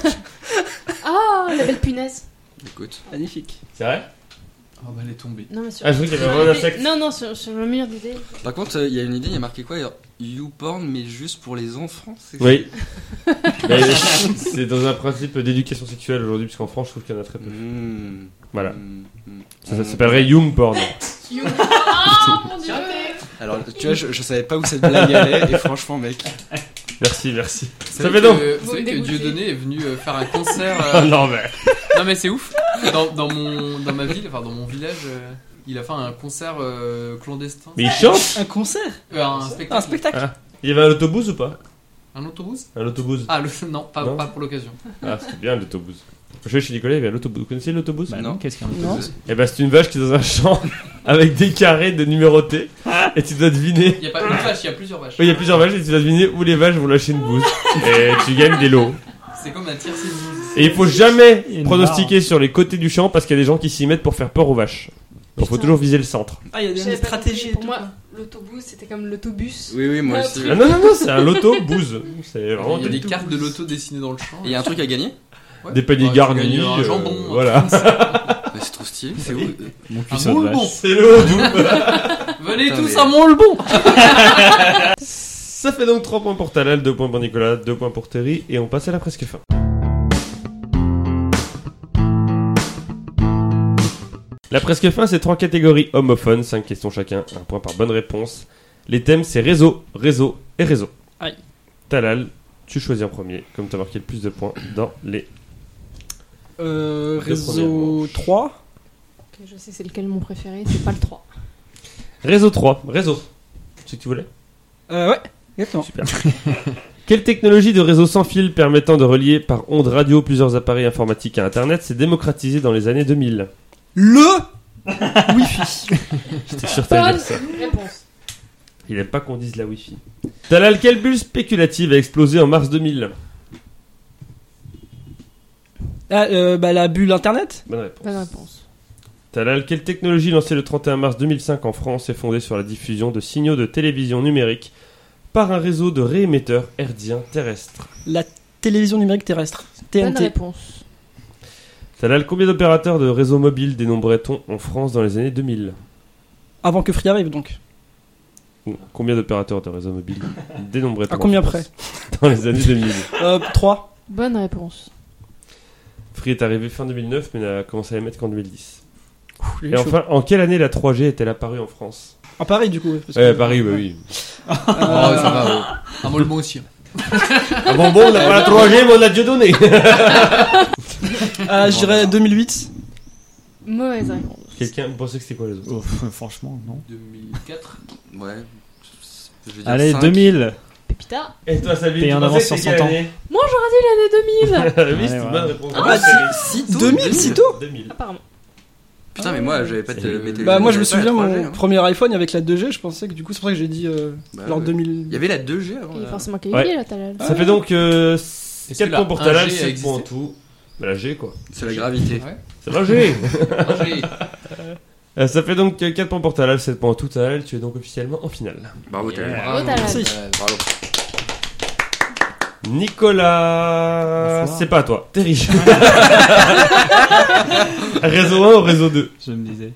[SPEAKER 6] Ah, la belle punaise.
[SPEAKER 3] Écoute.
[SPEAKER 2] Magnifique.
[SPEAKER 1] C'est vrai
[SPEAKER 4] Oh bah, elle est tombée.
[SPEAKER 6] Non, mais sur-
[SPEAKER 1] Ah, je crois qu'il y avait vraiment un insecte.
[SPEAKER 6] Non, non, sur, sur le mur d'idées.
[SPEAKER 3] Par contre, euh, il y a une idée, il y a marqué quoi il y a YouPorn, mais juste pour les enfants. c'est-
[SPEAKER 1] Oui. Mais c'est dans un principe d'éducation sexuelle aujourd'hui, puisqu'en France, je trouve qu'il y en a très peu.
[SPEAKER 3] Mmh.
[SPEAKER 1] Voilà.
[SPEAKER 3] Mmh. Mmh.
[SPEAKER 1] Ça, ça s'appellerait Young Porn.
[SPEAKER 6] Ah, mon dieu
[SPEAKER 3] Alors, tu vois, je, je savais pas où cette blague allait, et franchement, mec.
[SPEAKER 1] Merci, merci. Ça
[SPEAKER 4] Vous
[SPEAKER 1] fait
[SPEAKER 4] savez
[SPEAKER 1] donc.
[SPEAKER 4] que-
[SPEAKER 6] Vous
[SPEAKER 4] Vous savez
[SPEAKER 6] me
[SPEAKER 4] que
[SPEAKER 6] dégoûtez.
[SPEAKER 4] Dieudonné est venu euh, faire un concert.
[SPEAKER 1] Ah
[SPEAKER 4] euh,
[SPEAKER 1] non, mais.
[SPEAKER 4] Non mais c'est ouf. Dans, dans mon dans ma ville, enfin dans mon village, euh, il a fait un concert euh, clandestin.
[SPEAKER 1] Mais il chante
[SPEAKER 2] Un concert
[SPEAKER 4] Euh, un
[SPEAKER 2] Un
[SPEAKER 4] spectacle.
[SPEAKER 2] spectacle
[SPEAKER 1] Il y avait un autobus ou pas
[SPEAKER 4] Un autobus
[SPEAKER 1] Un autobus.
[SPEAKER 4] Ah le, non, pas,
[SPEAKER 1] Non.
[SPEAKER 4] pas pour l'occasion.
[SPEAKER 1] Ah, c'est bien l'autobus. Je suis chez Nicolas, il y avait un autobus. Vous connaissez l'autobus
[SPEAKER 5] Bah
[SPEAKER 3] Non.
[SPEAKER 5] non, qu'est-ce qu'il y a en
[SPEAKER 2] Non.
[SPEAKER 5] autobus
[SPEAKER 1] Eh ben, c'est une vache qui est dans un champ avec des carrés de numérotés
[SPEAKER 4] Ah.
[SPEAKER 1] et tu dois deviner.
[SPEAKER 4] Il y a pas une vache, il y a plusieurs vaches.
[SPEAKER 1] Oui, il y a plusieurs vaches et tu dois deviner où les vaches vont lâcher une bouse. Et tu gagnes des lots.
[SPEAKER 4] C'est comme un tiercé de
[SPEAKER 1] Et il faut jamais
[SPEAKER 5] Il y a une
[SPEAKER 1] pronostiquer sur les côtés du champ parce qu'il y a des gens qui s'y mettent pour faire peur aux vaches. Donc faut
[SPEAKER 6] Putain.
[SPEAKER 1] toujours viser le centre.
[SPEAKER 2] Ah, il y a
[SPEAKER 6] J'avais
[SPEAKER 2] des
[SPEAKER 6] pas
[SPEAKER 2] stratégies et
[SPEAKER 6] compris. Pour
[SPEAKER 2] tout,
[SPEAKER 6] moi,
[SPEAKER 2] quoi.
[SPEAKER 6] l'autobus, c'était comme l'autobus.
[SPEAKER 3] Oui, oui, moi
[SPEAKER 6] Ouais,
[SPEAKER 3] aussi.
[SPEAKER 6] aussi.
[SPEAKER 1] Ah non, non, non, c'est un loto bouse. C'est vraiment
[SPEAKER 4] Il y a
[SPEAKER 1] des,
[SPEAKER 4] des cartes de loto dessinées dans le champ.
[SPEAKER 3] Il y a un truc à gagner
[SPEAKER 4] Ouais.
[SPEAKER 1] des paniers
[SPEAKER 4] Ouais, tu
[SPEAKER 1] garnis.
[SPEAKER 4] gagnes
[SPEAKER 1] euh,
[SPEAKER 4] Un jambon.
[SPEAKER 1] voilà.
[SPEAKER 3] Mais C'est trop stylé, c'est où euh,
[SPEAKER 5] Mon cul
[SPEAKER 4] Un
[SPEAKER 5] sur
[SPEAKER 4] moule
[SPEAKER 5] vache.
[SPEAKER 4] bon.
[SPEAKER 1] C'est le haut bout.
[SPEAKER 4] Venez
[SPEAKER 3] Putain,
[SPEAKER 4] tous
[SPEAKER 3] mais-
[SPEAKER 4] à mon le bon.
[SPEAKER 1] Ça fait donc 3 points pour Talal, 2 points pour Nicolas, 2 points pour Terry, et on passe à la presque fin. La presque fin, c'est 3 catégories homophones, 5 questions chacun, 1 point par bonne réponse. Les thèmes, c'est réseau, réseau et réseau.
[SPEAKER 2] Aïe.
[SPEAKER 1] Talal, tu choisis en premier, comme t'as marqué le plus de points dans les.
[SPEAKER 2] Euh,
[SPEAKER 1] Deux premières
[SPEAKER 2] réseau
[SPEAKER 1] manches.
[SPEAKER 2] 3.
[SPEAKER 6] Ok, je sais c'est lequel mon préféré, c'est pas le 3.
[SPEAKER 1] Réseau 3, réseau. C'est ce que tu voulais
[SPEAKER 2] Euh, ouais, exactement.
[SPEAKER 1] Quelle technologie de réseau sans fil permettant de relier par ondes radio plusieurs appareils informatiques à Internet s'est démocratisée dans les années 2000
[SPEAKER 2] Le Wi-Fi.
[SPEAKER 1] J'étais sûr que t'allais
[SPEAKER 6] Bonne
[SPEAKER 1] dire ça.
[SPEAKER 6] réponse.
[SPEAKER 1] Il aime pas qu'on dise la Wi-Fi. Talal, quelle bulle spéculative a explosé en mars 2000
[SPEAKER 2] Ah, euh, bah, la bulle internet
[SPEAKER 1] Bonne réponse.
[SPEAKER 6] Bonne réponse.
[SPEAKER 1] Talal, quelle technologie lancée le 31 mars 2005 en France est fondée sur la diffusion de signaux de télévision numérique par un réseau de réémetteurs herdiens terrestres
[SPEAKER 2] La télévision numérique terrestre.
[SPEAKER 6] Bonne
[SPEAKER 2] TNT.
[SPEAKER 6] réponse.
[SPEAKER 1] Talal, combien d'opérateurs de réseaux mobiles dénombrait-on en France dans les années 2000
[SPEAKER 2] Avant que Free arrive donc.
[SPEAKER 1] Ou Combien d'opérateurs de réseaux mobiles dénombrait-on
[SPEAKER 2] À
[SPEAKER 1] en
[SPEAKER 2] combien
[SPEAKER 1] France Dans les années 2000.
[SPEAKER 2] Euh, 3.
[SPEAKER 6] Bonne réponse.
[SPEAKER 1] Free est arrivé fin 2009 mais n'a commencé à émettre qu'en 2010. Et enfin, en quelle année la 3G est-elle apparue en France Eh, bah
[SPEAKER 2] Ah, À Paris du coup. ouais, parce que-
[SPEAKER 1] Ouais, Paris, bah oui.
[SPEAKER 4] Oh, ça va. Un moule bon aussi.
[SPEAKER 1] Ah bon, bon, on n'a pas la troisième, on a déjà donné.
[SPEAKER 2] Ah, je dirais 2008.
[SPEAKER 6] Mauvaise réponse.
[SPEAKER 1] Quelqu'un pensait que c'était quoi les autres
[SPEAKER 5] Oh, franchement, non.
[SPEAKER 4] 2004.
[SPEAKER 3] Ouais. Je veux dire
[SPEAKER 5] Allez,
[SPEAKER 3] cinq.
[SPEAKER 5] 2000.
[SPEAKER 6] Pépita.
[SPEAKER 1] Et toi, Sabine,
[SPEAKER 5] T'es
[SPEAKER 1] tu
[SPEAKER 5] en
[SPEAKER 1] pensais
[SPEAKER 5] avance
[SPEAKER 1] que
[SPEAKER 5] sur
[SPEAKER 1] c'était
[SPEAKER 5] 100 ans.
[SPEAKER 1] gagné
[SPEAKER 6] Moi j'aurais dit l'année
[SPEAKER 1] Oui, c'est
[SPEAKER 6] 2000
[SPEAKER 5] Ouais,
[SPEAKER 1] une
[SPEAKER 5] ouais.
[SPEAKER 1] bonne réponse.
[SPEAKER 3] Ah bah,
[SPEAKER 4] si, si tôt,
[SPEAKER 2] 2000, si tôt
[SPEAKER 1] 2000.
[SPEAKER 6] Apparemment.
[SPEAKER 3] Putain, mais moi, j'avais pas
[SPEAKER 1] C'est-
[SPEAKER 3] télé- mes télé-
[SPEAKER 2] Bah, moi, je me
[SPEAKER 3] j'avais
[SPEAKER 2] souviens,
[SPEAKER 3] pas la 3G,
[SPEAKER 2] mon
[SPEAKER 3] hein.
[SPEAKER 2] premier iPhone avec la 2G, je pensais que du coup, c'est pour ça que j'ai dit euh,
[SPEAKER 3] Bah,
[SPEAKER 2] genre
[SPEAKER 3] ouais. Il y
[SPEAKER 2] 2000.
[SPEAKER 3] avait la 2G avant.
[SPEAKER 6] Il est
[SPEAKER 3] là.
[SPEAKER 6] forcément qualifié là, t'as la-
[SPEAKER 1] Ça fait donc euh, 4
[SPEAKER 4] la
[SPEAKER 1] points pour
[SPEAKER 4] 1G
[SPEAKER 1] Talal,
[SPEAKER 4] a
[SPEAKER 1] 7
[SPEAKER 4] existé
[SPEAKER 1] points en tout. Bah, la G quoi.
[SPEAKER 3] C'est la gravité.
[SPEAKER 1] C'est la G
[SPEAKER 4] Ouais.
[SPEAKER 1] Euh, Ça fait donc 4 points pour Talal, 7 points en tout. Talal, tu es donc officiellement en finale.
[SPEAKER 3] Bravo,
[SPEAKER 4] Yeah.
[SPEAKER 3] Talal.
[SPEAKER 6] Bravo, Talal.
[SPEAKER 2] Merci.
[SPEAKER 3] Bravo.
[SPEAKER 1] Nicolas,
[SPEAKER 5] Bonsoir.
[SPEAKER 1] c'est pas à toi, t'es riche. réseau 1 ou réseau 2
[SPEAKER 5] Je me disais.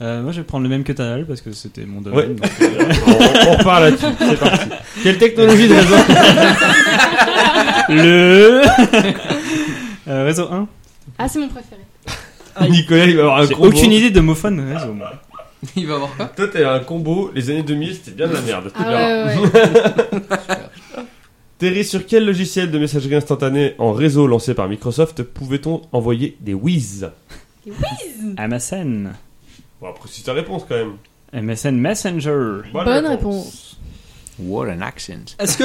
[SPEAKER 5] Euh, moi, je vais prendre le même que Talal parce que c'était mon
[SPEAKER 1] Ouais.
[SPEAKER 5] domaine. donc,
[SPEAKER 1] on, on part là-dessus, c'est parti. Quelle technologie de réseau
[SPEAKER 5] le Euh, réseau 1.
[SPEAKER 6] Ah, c'est mon préféré. Ah,
[SPEAKER 1] Nicolas, il va avoir un
[SPEAKER 5] J'ai
[SPEAKER 1] combo.
[SPEAKER 5] aucune idée de mophone mais réseau. moi.
[SPEAKER 4] Il va avoir quoi
[SPEAKER 1] Toi, t'as un combo, les années 2000, c'était bien de la merde.
[SPEAKER 6] Ah
[SPEAKER 1] t'es bien.
[SPEAKER 6] ouais, ouais, ouais.
[SPEAKER 1] Terry, sur quel logiciel de messagerie instantanée en réseau lancé par Microsoft pouvait-on envoyer des whiz
[SPEAKER 5] MSN.
[SPEAKER 1] Bon, après, c'est ta réponse quand même.
[SPEAKER 5] MSN Messenger.
[SPEAKER 6] Bonne réponse.
[SPEAKER 8] What an accent.
[SPEAKER 2] Est-ce que.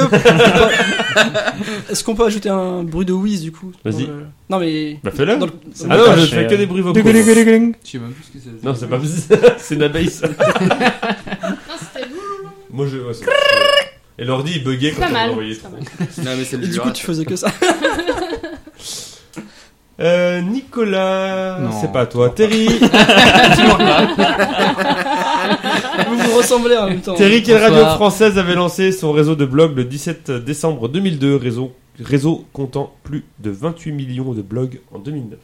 [SPEAKER 2] Est-ce qu'on peut ajouter un bruit de whiz du coup dans
[SPEAKER 1] Vas-y.
[SPEAKER 2] le- Non, mais.
[SPEAKER 1] Bah, fais-le.
[SPEAKER 2] dans le-
[SPEAKER 1] Ah non, je fais que des bruits vocaux.
[SPEAKER 4] Je sais même plus ce que c'est.
[SPEAKER 1] Non, c'est pas possible. c'est une abeille, ça.
[SPEAKER 6] Non, c'était vous.
[SPEAKER 1] Moi, je. ouais, c'est- Et l'ordi, il buguait
[SPEAKER 6] C'est
[SPEAKER 1] quand
[SPEAKER 6] pas
[SPEAKER 1] on
[SPEAKER 6] mal.
[SPEAKER 1] l'envoyait
[SPEAKER 6] c'est
[SPEAKER 1] trop.
[SPEAKER 6] pas mal.
[SPEAKER 3] Non, mais c'est le
[SPEAKER 2] Et du coup,
[SPEAKER 3] Jura.
[SPEAKER 2] tu faisais que ça.
[SPEAKER 1] Euh, Nicolas.
[SPEAKER 5] Non.
[SPEAKER 1] C'est pas à toi. Terry.
[SPEAKER 2] vous vous ressemblez en même temps.
[SPEAKER 1] Terry, quelle radio
[SPEAKER 4] Bonsoir.
[SPEAKER 1] française avait lancé son réseau de blogs le 17 décembre 2002, réseau, réseau comptant plus de 28 millions de blogs en 2009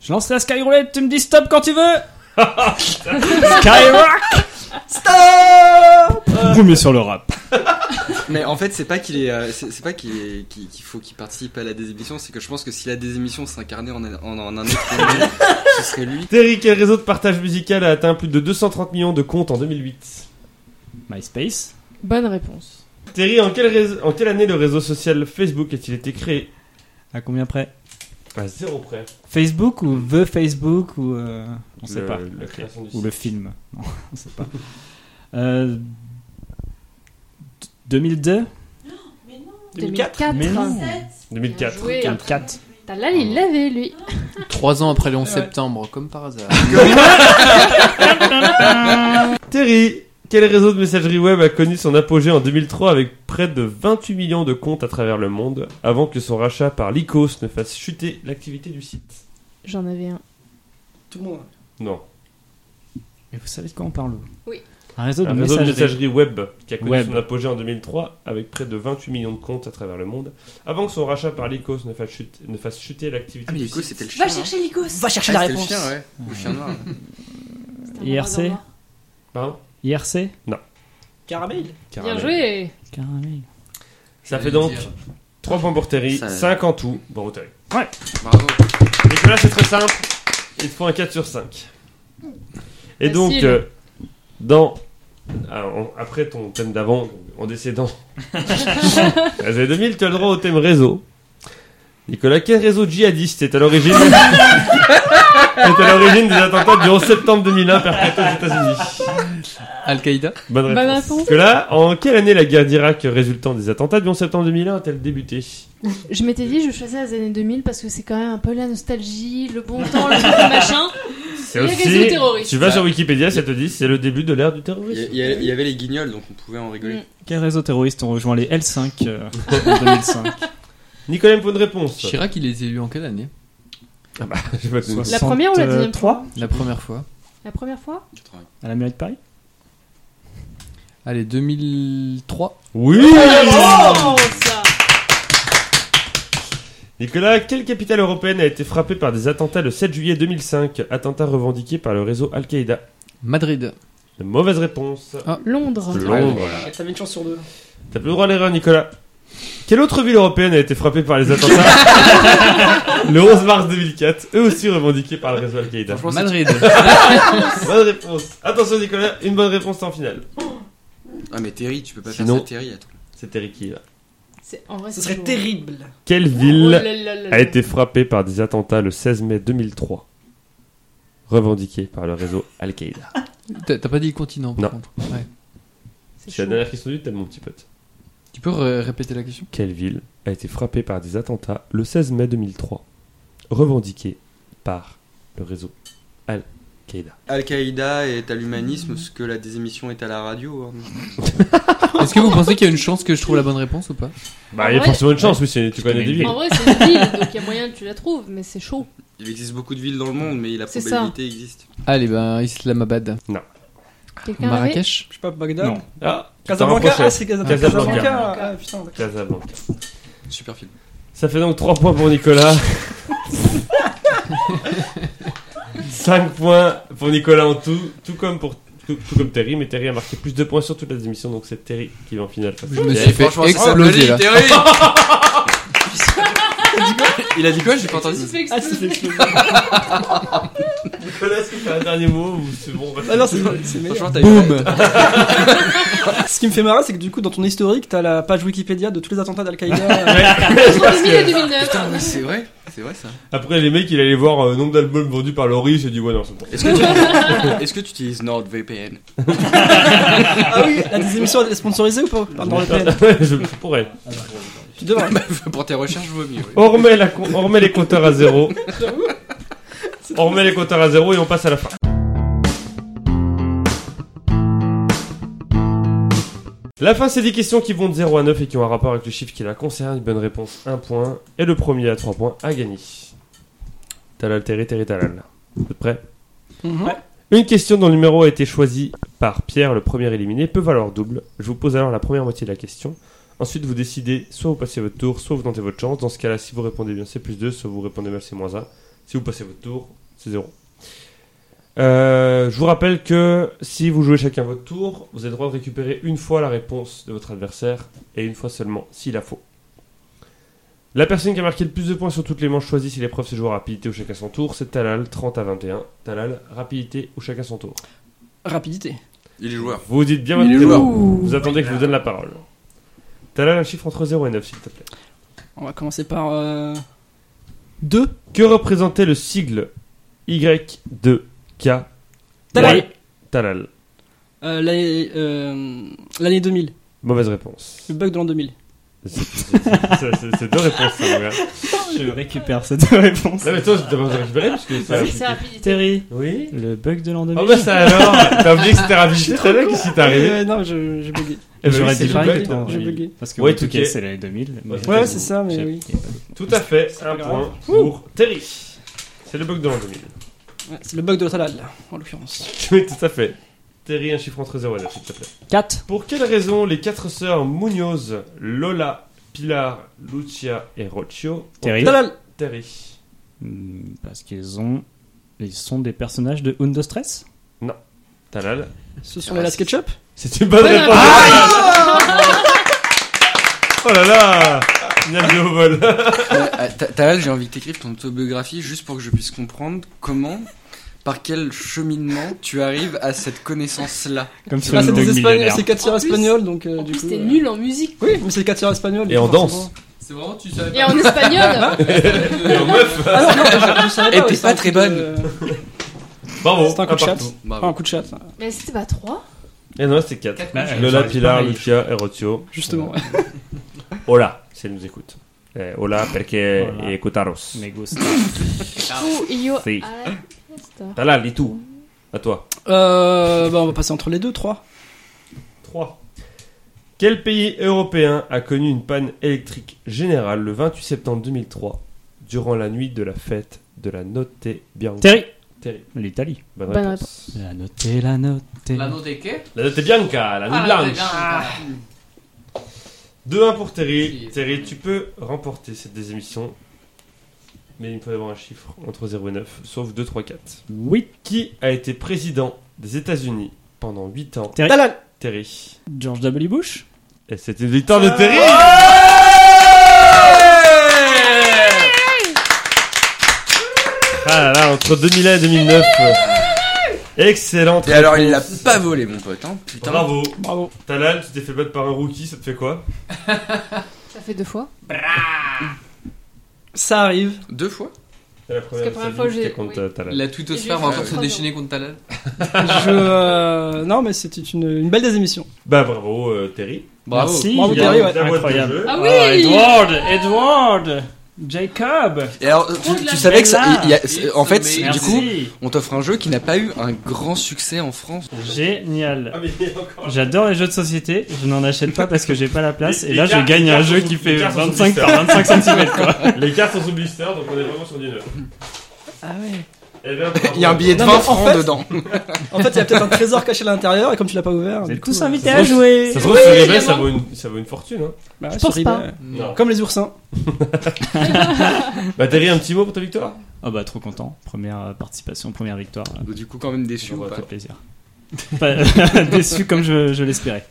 [SPEAKER 5] Je lance la skyroulette, tu me dis stop quand tu veux Skyrock Stop Vous mieux sur le rap.
[SPEAKER 3] Mais en fait, c'est pas qu'il est, euh, c'est c'est pas qu'il est- qu'il qu'il faut qu'il participe à la désémission, c'est que je pense que si la désémission s'incarnait en, un- en, en un autre monde, ce serait lui.
[SPEAKER 1] Terry, quel réseau de partage musical a atteint plus de 230 millions de comptes en 2008
[SPEAKER 5] MySpace
[SPEAKER 6] Bonne réponse.
[SPEAKER 1] Terry, en quelle, rése- en quelle année le réseau social Facebook a-t-il été créé
[SPEAKER 5] À combien près
[SPEAKER 1] À zéro près.
[SPEAKER 5] Facebook ou The Facebook ou... euh, On sait
[SPEAKER 1] Le-
[SPEAKER 5] pas.
[SPEAKER 1] la
[SPEAKER 5] Ok.
[SPEAKER 1] création du
[SPEAKER 5] Ou le film. Non, on sait pas. Euh, d- 2002
[SPEAKER 2] 2004.
[SPEAKER 6] 2004.
[SPEAKER 5] Mais non
[SPEAKER 1] 2004.
[SPEAKER 6] Bien joué.
[SPEAKER 5] 2004
[SPEAKER 6] T'as là, il l'avait lui.
[SPEAKER 4] Trois ans après le 11
[SPEAKER 2] Ouais.
[SPEAKER 4] septembre, comme par hasard.
[SPEAKER 1] Terry, quel réseau de messagerie web a connu son apogée en 2003 avec près de 28 millions de comptes à travers le monde avant que son rachat par Lycos ne fasse chuter l'activité du site
[SPEAKER 6] J'en avais un.
[SPEAKER 2] Tout le monde.
[SPEAKER 1] Non.
[SPEAKER 5] Mais vous savez de quoi on parle vous
[SPEAKER 6] Oui.
[SPEAKER 5] Un réseau de
[SPEAKER 1] Un réseau de
[SPEAKER 5] messagerie.
[SPEAKER 1] messagerie web qui a connu
[SPEAKER 5] Web.
[SPEAKER 1] son apogée en 2003 avec près de 28 millions de comptes à travers le monde avant que son rachat par Lycos ne fasse chuter, ne fasse chuter l'activité
[SPEAKER 3] Ah, mais
[SPEAKER 1] du
[SPEAKER 3] Nico,
[SPEAKER 1] site.
[SPEAKER 3] c'était le chien. Ah,
[SPEAKER 6] Va chercher Lycos.
[SPEAKER 2] Va chercher la
[SPEAKER 3] le
[SPEAKER 2] réponse.
[SPEAKER 3] chien, ouais. Le chien noir.
[SPEAKER 6] C'était un
[SPEAKER 5] IRC.
[SPEAKER 6] endroit noir.
[SPEAKER 1] Pardon
[SPEAKER 5] IRC
[SPEAKER 2] Caramel.
[SPEAKER 6] Bien joué.
[SPEAKER 5] Caramel.
[SPEAKER 1] Ça
[SPEAKER 4] Je
[SPEAKER 1] fait
[SPEAKER 4] vais
[SPEAKER 1] donc
[SPEAKER 4] dire.
[SPEAKER 1] 3 points pour Terry,
[SPEAKER 3] Ça-
[SPEAKER 1] 5 en tout. Bravo Terry.
[SPEAKER 3] Bravo.
[SPEAKER 1] Nicolas, c'est très simple. Il te faut un 4 sur 5. Et
[SPEAKER 6] Facile.
[SPEAKER 1] donc, euh, dans. alors, on- après ton thème d'avant, en décédant, les années 2000, tu as le droit au thème réseau. Nicolas, quel réseau djihadiste est à l'origine est à l'origine des attentats du 11 septembre 2001 perpétrés aux États-Unis
[SPEAKER 4] Al-Qaïda
[SPEAKER 1] Bonne réponse.
[SPEAKER 6] Bonne réponse.
[SPEAKER 1] Parce que là, en quelle année la guerre d'Irak résultant des attentats du 11 septembre 2001 a-t-elle débuté
[SPEAKER 6] Je m'étais dit, je choisissais les années 2000 parce que c'est quand même un peu la nostalgie, le bon temps, le truc machin.
[SPEAKER 1] C'est
[SPEAKER 6] Les réseaux terroristes.
[SPEAKER 1] Tu vas sur Wikipédia, ça te dit c'est le début de l'ère du terrorisme.
[SPEAKER 3] Il y, a- il y a- il y avait les guignols, donc on pouvait en
[SPEAKER 2] Mm.
[SPEAKER 3] rigoler.
[SPEAKER 5] Quel réseau terroriste ont rejoint les L5 euh, en 2005
[SPEAKER 1] Nicolas, il me faut une réponse.
[SPEAKER 4] Chirac, il est élu en quelle année
[SPEAKER 1] J'ai pas tenu.
[SPEAKER 6] La première ou la deuxième
[SPEAKER 5] 63
[SPEAKER 4] La première fois.
[SPEAKER 6] La première fois
[SPEAKER 5] À la mairie de Paris
[SPEAKER 4] Allez, 2003.
[SPEAKER 1] Oui
[SPEAKER 6] Oh, ça.
[SPEAKER 1] Nicolas, quelle capitale européenne a été frappée par des attentats le 7 juillet 2005 Attentats revendiqués par le réseau Al-Qaïda.
[SPEAKER 4] Madrid.
[SPEAKER 1] De Mauvaise réponse.
[SPEAKER 6] Londres.
[SPEAKER 1] Londres.
[SPEAKER 2] T'avais Ah, une chance sur deux.
[SPEAKER 1] T'as plus le droit à l'erreur, Nicolas. Quelle autre ville européenne a été frappée par les attentats le 11 mars 2004 Eux aussi revendiqués par le réseau Al-Qaïda.
[SPEAKER 4] Madrid.
[SPEAKER 1] Bonne réponse. Attention, Nicolas, une bonne réponse en finale.
[SPEAKER 3] Ah, mais Terry, tu peux pas
[SPEAKER 1] Sinon-
[SPEAKER 3] faire ça, Terry. Attends.
[SPEAKER 1] C'est Terry qui est là.
[SPEAKER 6] C'est- En vrai,
[SPEAKER 2] Ce
[SPEAKER 6] c'est
[SPEAKER 2] serait
[SPEAKER 6] chaud.
[SPEAKER 2] terrible.
[SPEAKER 1] Quelle
[SPEAKER 6] Oh là
[SPEAKER 1] ville
[SPEAKER 6] là là
[SPEAKER 1] a
[SPEAKER 6] là.
[SPEAKER 1] été frappée par des attentats le 16 mai 2003 Revendiquée par le réseau Al-Qaïda.
[SPEAKER 4] T'as t'as pas dit continent, par
[SPEAKER 1] Non.
[SPEAKER 4] contre. Ouais.
[SPEAKER 1] C'est
[SPEAKER 6] C'est
[SPEAKER 1] la
[SPEAKER 6] chaud.
[SPEAKER 1] dernière question du thème, mon petit pote.
[SPEAKER 4] Tu peux ré- répéter la question
[SPEAKER 1] Quelle ville a été frappée par des attentats le 16 mai 2003 Revendiquée par le réseau Al-Qaïda.
[SPEAKER 3] Al-Qaïda est à l'humanisme ce que la désémission est à la radio. hein.
[SPEAKER 4] Est-ce que vous pensez qu'il y a une chance que je trouve la bonne réponse ou pas
[SPEAKER 1] Bah, il y a
[SPEAKER 6] Ouais.
[SPEAKER 1] forcément une chance, oui, c'est- tu
[SPEAKER 8] Je
[SPEAKER 1] connais
[SPEAKER 8] connais
[SPEAKER 1] des
[SPEAKER 8] une
[SPEAKER 1] villes.
[SPEAKER 6] En vrai, c'est une ville, donc il y a moyen que tu la trouves, mais c'est chaud.
[SPEAKER 3] Il existe beaucoup de villes dans le monde, mais la
[SPEAKER 6] C'est ça.
[SPEAKER 3] probabilité existe.
[SPEAKER 4] Allez, ben Islamabad.
[SPEAKER 6] Quelqu'un avait
[SPEAKER 4] Marrakech
[SPEAKER 2] Je sais pas, Bagdad
[SPEAKER 5] Non.
[SPEAKER 1] Ah, tu t'en
[SPEAKER 2] Casablanca
[SPEAKER 1] rapprochais.
[SPEAKER 2] Ah, c'est Casablanca.
[SPEAKER 1] Casablanca.
[SPEAKER 2] Casablanca, ah, putain. d'accord.
[SPEAKER 1] Casablanca.
[SPEAKER 3] Super film.
[SPEAKER 1] Ça fait donc 3 points pour Nicolas. 5 points pour Nicolas en tout, tout comme pour tout, tout comme Terry, mais Terry a marqué plus de points sur toute la démission, donc c'est Terry qui va en finale. face à
[SPEAKER 4] Je me
[SPEAKER 1] Jeff.
[SPEAKER 4] suis fait
[SPEAKER 3] Franchement, ça
[SPEAKER 4] exploser
[SPEAKER 3] s'appelle
[SPEAKER 4] là.
[SPEAKER 3] Terry. Il a dit quoi J'ai pas entendu.
[SPEAKER 6] Ça fait
[SPEAKER 2] Ah, c'est
[SPEAKER 6] exploser.
[SPEAKER 2] fait exploser.
[SPEAKER 1] Nicolas, est-ce que t'as un dernier mot ou c'est bon on va-
[SPEAKER 2] Ah non, c'est c'est meilleur.
[SPEAKER 3] Franchement, t'as
[SPEAKER 4] Boum
[SPEAKER 2] Ce qui me fait marrer, c'est que du coup, dans ton historique, t'as la page Wikipédia de tous les attentats d'Al-Qaïda.
[SPEAKER 6] Entre 2000 et 2009.
[SPEAKER 3] Putain, mais c'est vrai, c'est vrai ça.
[SPEAKER 1] Après, les mecs, il allait voir euh, nombre d'albums vendus par Laurie, il s'est dit, ouais, non, c'est bon.
[SPEAKER 3] Est-ce que tu, est-ce que tu utilises NordVPN
[SPEAKER 2] ah oui, la désémission elle est sponsorisée ou pas Par NordVPN.
[SPEAKER 1] Je pourrais.
[SPEAKER 2] Tu devrais.
[SPEAKER 3] Pour tes recherches, vaut mieux. oui.
[SPEAKER 1] On remet, la co- on remet les compteurs à zéro. on remet les compteurs à zéro et on passe à la fin. La fin, c'est des questions qui vont de 0 à 9 et qui ont un rapport avec le chiffre qui la concerne. Une bonne réponse, 1 point. Et le premier à 3 points a gagné. Talal, terri, terri, talal. Vous êtes prêts
[SPEAKER 2] Mhm.
[SPEAKER 1] Une question dont le numéro a été choisi par Pierre, le premier éliminé, peut valoir double. Je vous pose alors la première moitié de la question. Ensuite, vous décidez soit vous passez votre tour, soit vous tentez votre chance. Dans ce cas-là, si vous répondez bien, c'est plus 2, soit vous répondez mal, c'est moins 1. Si vous passez votre tour, c'est 0. Euh, je vous rappelle que si vous jouez chacun votre tour, vous avez le droit de récupérer une fois la réponse de votre adversaire et une fois seulement s'il a faux. La personne qui a marqué le plus de points sur toutes les manches choisit si l'épreuve se joue à rapidité ou chacun son tour. C'est Talal, 30 à 21. Talal, rapidité ou chacun son tour.
[SPEAKER 2] Rapidité.
[SPEAKER 3] Il est joueur.
[SPEAKER 1] Vous dites bien votre
[SPEAKER 3] Il est
[SPEAKER 1] prénom.
[SPEAKER 3] joueur.
[SPEAKER 1] Vous attendez que je vous donne la parole. Talal, un chiffre entre 0 et 9, s'il te plaît.
[SPEAKER 2] On va commencer par. Euh... 2.
[SPEAKER 1] Que représentait le sigle Y2K
[SPEAKER 2] Talal.
[SPEAKER 1] Talal.
[SPEAKER 2] Euh, L'année euh, l'année 2000.
[SPEAKER 1] Mauvaise réponse.
[SPEAKER 2] Le bug de l'an 2000.
[SPEAKER 1] C'est- C'est c'est- c'est deux réponses, ça, mon gars.
[SPEAKER 5] Je récupère cette réponse.
[SPEAKER 1] Non, mais toi, je demande de récupérer parce que ça.
[SPEAKER 6] C'est c'est rapidité.
[SPEAKER 5] Terry,
[SPEAKER 1] Oui.
[SPEAKER 5] le bug de l'an 2000.
[SPEAKER 1] Oh bah ça alors T'as oublié que c'était rapide tout à l'heure, qu'est-ce qui t'est arrivé
[SPEAKER 2] Euh, non, je- j'ai bugué.
[SPEAKER 1] Eh ben
[SPEAKER 5] J'aurais
[SPEAKER 1] oui, c'est
[SPEAKER 5] dit pareil
[SPEAKER 1] le
[SPEAKER 5] que
[SPEAKER 1] bug.
[SPEAKER 5] toi.
[SPEAKER 2] J'ai bugué.
[SPEAKER 5] Parce que
[SPEAKER 1] Ouais,
[SPEAKER 5] ouais, tout
[SPEAKER 1] tout est-
[SPEAKER 5] c'est l'année 2000. mais-
[SPEAKER 1] Ouais,
[SPEAKER 2] Ouais, c'est ça, mais
[SPEAKER 5] J'ai-
[SPEAKER 2] oui.
[SPEAKER 1] Tout à fait, un point pour Terry. C'est le bug de l'an 2000.
[SPEAKER 2] Ouais, c'est le bug de la Talal, en l'occurrence.
[SPEAKER 1] Oui, tout à fait. Terry, un chiffre entre 0 et 9, s'il te plaît.
[SPEAKER 2] 4.
[SPEAKER 1] Pour quelle raison les quatre sœurs Munoz, Lola, Pilar, Lucia et Rocchio
[SPEAKER 5] Terry.
[SPEAKER 2] Talal
[SPEAKER 1] Terry.
[SPEAKER 5] Hmm, Parce qu'ils ont. Ils sont des personnages de Undo Stress
[SPEAKER 1] Talal.
[SPEAKER 2] Ce sont les la SketchUp
[SPEAKER 1] C'est une bonne
[SPEAKER 6] Bonne
[SPEAKER 1] réponse.
[SPEAKER 2] Ah
[SPEAKER 1] Ah oh là là Bien joué au vol.
[SPEAKER 3] Euh, Talal, j'ai envie que t'écrives ton autobiographie juste pour que je puisse comprendre comment, par quel cheminement tu arrives à cette connaissance-là.
[SPEAKER 5] Comme
[SPEAKER 2] Ah,
[SPEAKER 5] sur
[SPEAKER 2] c'est des
[SPEAKER 5] le dog
[SPEAKER 2] Espagnols,
[SPEAKER 5] millionnaire.
[SPEAKER 2] c'est 4 sœurs
[SPEAKER 6] En plus-
[SPEAKER 2] espagnoles, donc euh,
[SPEAKER 6] En
[SPEAKER 2] du
[SPEAKER 6] plus,
[SPEAKER 2] coup.
[SPEAKER 6] t'es
[SPEAKER 2] euh,
[SPEAKER 6] nul en musique.
[SPEAKER 2] Oui, mais c'est 4 sœurs espagnoles.
[SPEAKER 1] Et en danse.
[SPEAKER 4] C'est vraiment, tu savais
[SPEAKER 6] Et en espagnol.
[SPEAKER 2] Ah,
[SPEAKER 3] Et t'es pas très bonne.
[SPEAKER 1] Bravo.
[SPEAKER 2] euh, C'est un coup de chat.
[SPEAKER 1] Oh, partout.
[SPEAKER 2] Pas un coup de chat,
[SPEAKER 6] Mais c'était pas 3
[SPEAKER 1] Et non, c'est 4.
[SPEAKER 5] Bah, euh,
[SPEAKER 1] Lola,
[SPEAKER 5] j'aurais dit
[SPEAKER 1] Pilar,
[SPEAKER 5] pareil.
[SPEAKER 1] Lucia et Rocchio.
[SPEAKER 2] justement. ouais.
[SPEAKER 1] Hola, si elle nous écoute. Eh, hola, perché
[SPEAKER 5] Hola.
[SPEAKER 1] écoutaros.
[SPEAKER 5] Mais gusta.
[SPEAKER 6] Ou io.
[SPEAKER 1] Si.
[SPEAKER 6] Ah,
[SPEAKER 1] Talal, dis tout. À toi.
[SPEAKER 2] Euh, bah, on va passer entre les deux, 3.
[SPEAKER 1] 3. Quel pays européen a connu une panne électrique générale le 28 septembre 2003 durant la nuit de la fête de la Notte Bianca
[SPEAKER 5] Terry
[SPEAKER 1] Terry.
[SPEAKER 5] L'Italie.
[SPEAKER 1] Bonne
[SPEAKER 6] Bonne
[SPEAKER 1] réponse.
[SPEAKER 5] La noter, la noter.
[SPEAKER 4] La note est quai
[SPEAKER 1] La Notte Bianca,
[SPEAKER 4] Ah,
[SPEAKER 6] Ah,
[SPEAKER 1] la nuit blanche. 2-1 pour Terry.
[SPEAKER 4] Si.
[SPEAKER 1] Terry, tu peux remporter cette désémission. Mais il me faut avoir un chiffre entre 0 et 9, sauf 2, 3, 4.
[SPEAKER 5] Oui.
[SPEAKER 1] Qui a été président des États-Unis pendant 8 ans
[SPEAKER 5] Terry.
[SPEAKER 2] Talal
[SPEAKER 1] Terry.
[SPEAKER 5] George W. Bush
[SPEAKER 1] Et c'était une victoire
[SPEAKER 6] Ah.
[SPEAKER 1] de Terry Ah là là, entre 2001 et 2009. Excellente
[SPEAKER 3] Et alors, il l'a
[SPEAKER 1] réponse.
[SPEAKER 3] pas volé, mon pote. Hein. Putain.
[SPEAKER 1] Bravo.
[SPEAKER 2] Bravo.
[SPEAKER 1] Talal, tu t'es fait battre par un rookie, ça te fait quoi
[SPEAKER 6] Ça fait deux fois.
[SPEAKER 2] Ça arrive.
[SPEAKER 3] Deux fois
[SPEAKER 1] La première,
[SPEAKER 6] que la première fois, j'ai-
[SPEAKER 1] contre
[SPEAKER 6] oui.
[SPEAKER 1] Talal.
[SPEAKER 4] La
[SPEAKER 6] Et j'ai
[SPEAKER 4] tutosphère va
[SPEAKER 6] fait
[SPEAKER 4] encore se
[SPEAKER 6] trois
[SPEAKER 4] déchaîner contre Talal.
[SPEAKER 2] Je, euh, Non, mais c'était une, une belle des émissions.
[SPEAKER 1] Bah bravo euh, Terry.
[SPEAKER 4] Bravo.
[SPEAKER 5] Merci,
[SPEAKER 2] Bravo,
[SPEAKER 5] Guillaume.
[SPEAKER 2] Thierry, ouais.
[SPEAKER 1] La boîte de
[SPEAKER 5] Incroyable.
[SPEAKER 1] jeu.
[SPEAKER 6] Ah
[SPEAKER 5] Ah,
[SPEAKER 6] oui
[SPEAKER 5] Edward, Edward, Jacob.
[SPEAKER 3] Et alors,
[SPEAKER 6] Trop
[SPEAKER 3] tu,
[SPEAKER 6] de la
[SPEAKER 3] tu savais que ça.
[SPEAKER 5] merde.
[SPEAKER 3] il y a- c'est- en fait,
[SPEAKER 4] Merci.
[SPEAKER 3] du coup,
[SPEAKER 5] Merci.
[SPEAKER 3] on t'offre un jeu qui n'a pas eu un grand succès en France.
[SPEAKER 1] Ah,
[SPEAKER 5] Génial.
[SPEAKER 1] mais il y a encore-
[SPEAKER 5] J'adore les jeux de société, je n'en achète pas parce que j'ai pas la place,
[SPEAKER 1] Les-
[SPEAKER 5] et là
[SPEAKER 1] les
[SPEAKER 5] je
[SPEAKER 1] cartes-
[SPEAKER 5] gagne
[SPEAKER 1] les
[SPEAKER 5] un
[SPEAKER 1] cartes
[SPEAKER 5] jeu
[SPEAKER 1] sont-
[SPEAKER 5] qui
[SPEAKER 1] les
[SPEAKER 5] fait
[SPEAKER 1] cartes sont
[SPEAKER 5] 25 par
[SPEAKER 1] bizarres.
[SPEAKER 5] 25 cm quoi.
[SPEAKER 1] Les cartes sont sous blister, donc on est vraiment sur du neuf.
[SPEAKER 2] Ah ouais.
[SPEAKER 1] Eh bien,
[SPEAKER 3] Il y a un billet de
[SPEAKER 2] Non,
[SPEAKER 3] 20
[SPEAKER 2] mais en
[SPEAKER 3] francs
[SPEAKER 2] fait-
[SPEAKER 3] dedans.
[SPEAKER 2] En fait, il y a peut-être un trésor caché à l'intérieur et comme tu l'as pas ouvert.
[SPEAKER 5] Vous
[SPEAKER 2] du
[SPEAKER 5] êtes
[SPEAKER 2] coup,
[SPEAKER 5] tous
[SPEAKER 2] euh,
[SPEAKER 5] invités à jouer.
[SPEAKER 1] Ça se trouve, sur
[SPEAKER 6] Oui,
[SPEAKER 1] eBay, ça
[SPEAKER 6] évidemment.
[SPEAKER 1] vaut une, ça vaut une fortune. Hein.
[SPEAKER 2] bah,
[SPEAKER 6] Je
[SPEAKER 2] sur
[SPEAKER 6] pense
[SPEAKER 2] eBay,
[SPEAKER 6] pas.
[SPEAKER 2] ouais.
[SPEAKER 1] Non.
[SPEAKER 2] Comme les oursins.
[SPEAKER 1] Bah Terry, un petit mot pour ta victoire
[SPEAKER 5] Ah bah trop content, première euh, participation, première victoire. Euh,
[SPEAKER 3] Du coup, quand même déçu
[SPEAKER 5] Ça
[SPEAKER 3] ou
[SPEAKER 5] m'a
[SPEAKER 1] Bah.
[SPEAKER 3] pas
[SPEAKER 5] fait plaisir. Pas- déçu comme je, je l'espérais.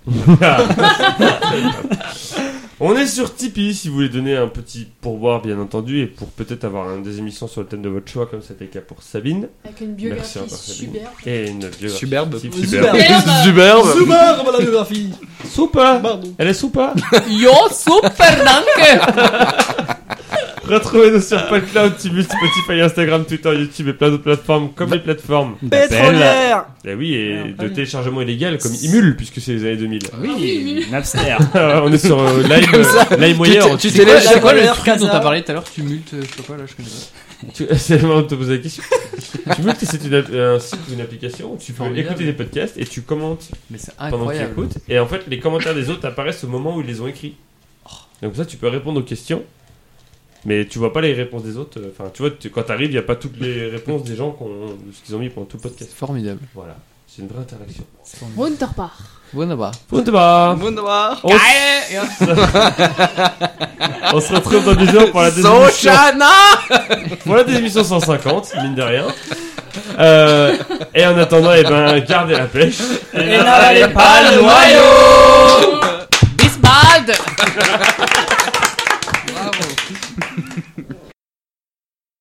[SPEAKER 1] On est sur Tipeee si vous voulez donner un petit pourboire, bien entendu, et pour peut-être avoir une des émissions sur le thème de votre choix, comme c'était le cas pour Sabine.
[SPEAKER 6] Avec une
[SPEAKER 1] Merci
[SPEAKER 6] biographie
[SPEAKER 1] encore, Sabine.
[SPEAKER 6] superbe.
[SPEAKER 1] Et une biographie.
[SPEAKER 3] Superbe.
[SPEAKER 1] Superbe.
[SPEAKER 6] Superbe.
[SPEAKER 3] Superbe
[SPEAKER 2] Superbe la biographie.
[SPEAKER 1] Soupa
[SPEAKER 2] Pardon.
[SPEAKER 1] Elle est soupa
[SPEAKER 7] Yo, super danke.
[SPEAKER 1] Retrouvez-nous sur PodCloud, Tibus, Spotify, Instagram, Twitter, YouTube et plein d'autres plateformes comme les plateformes.
[SPEAKER 2] Pétrolière.
[SPEAKER 1] Et oui, et
[SPEAKER 2] Ah, pas
[SPEAKER 1] de
[SPEAKER 2] bien.
[SPEAKER 1] téléchargement illégal comme Imul, puisque c'est les années 2000.
[SPEAKER 6] Ah
[SPEAKER 5] Oui, Napster.
[SPEAKER 1] on est sur euh, Lime, euh, LimeWire.
[SPEAKER 3] Tu t'es- tu
[SPEAKER 4] C'est quoi,
[SPEAKER 3] t'élèves
[SPEAKER 4] c'est quoi le
[SPEAKER 2] Valeur
[SPEAKER 4] truc dont
[SPEAKER 2] Casa.
[SPEAKER 4] t'as parlé tout à l'heure Tumulte, je sais pas quoi là, je connais pas.
[SPEAKER 1] Tu- C'est le moment de te poser la question. tu veux que c'est une app- un site ou une application où tu peux
[SPEAKER 4] Formidable.
[SPEAKER 1] écouter des podcasts et tu commentes
[SPEAKER 4] Mais c'est
[SPEAKER 1] pendant que tu
[SPEAKER 4] incroyable.
[SPEAKER 1] écoutes. Et en fait, les commentaires des autres apparaissent au moment où ils les ont écrits.
[SPEAKER 4] Oh.
[SPEAKER 1] Donc ça, tu peux répondre aux questions, mais tu vois pas les réponses des autres. euh, Enfin, tu vois, tu- quand t'arrives, il y a pas toutes les réponses des gens qu'on- de ce qu'ils ont mis pendant tout le
[SPEAKER 4] C'est
[SPEAKER 1] podcast.
[SPEAKER 4] formidable.
[SPEAKER 1] Voilà. C'est une vraie interaction.
[SPEAKER 6] Wunderbar.
[SPEAKER 4] Bon bah.
[SPEAKER 1] On
[SPEAKER 3] Bon noir
[SPEAKER 1] se retrouve dans 10 heures pour la deuxième émission.
[SPEAKER 3] Sochana
[SPEAKER 1] Voilà des émissions 150, mine de rien. Euh, et en attendant, eh ben, gardez la pêche.
[SPEAKER 5] Et n'avalez
[SPEAKER 7] Bis bald.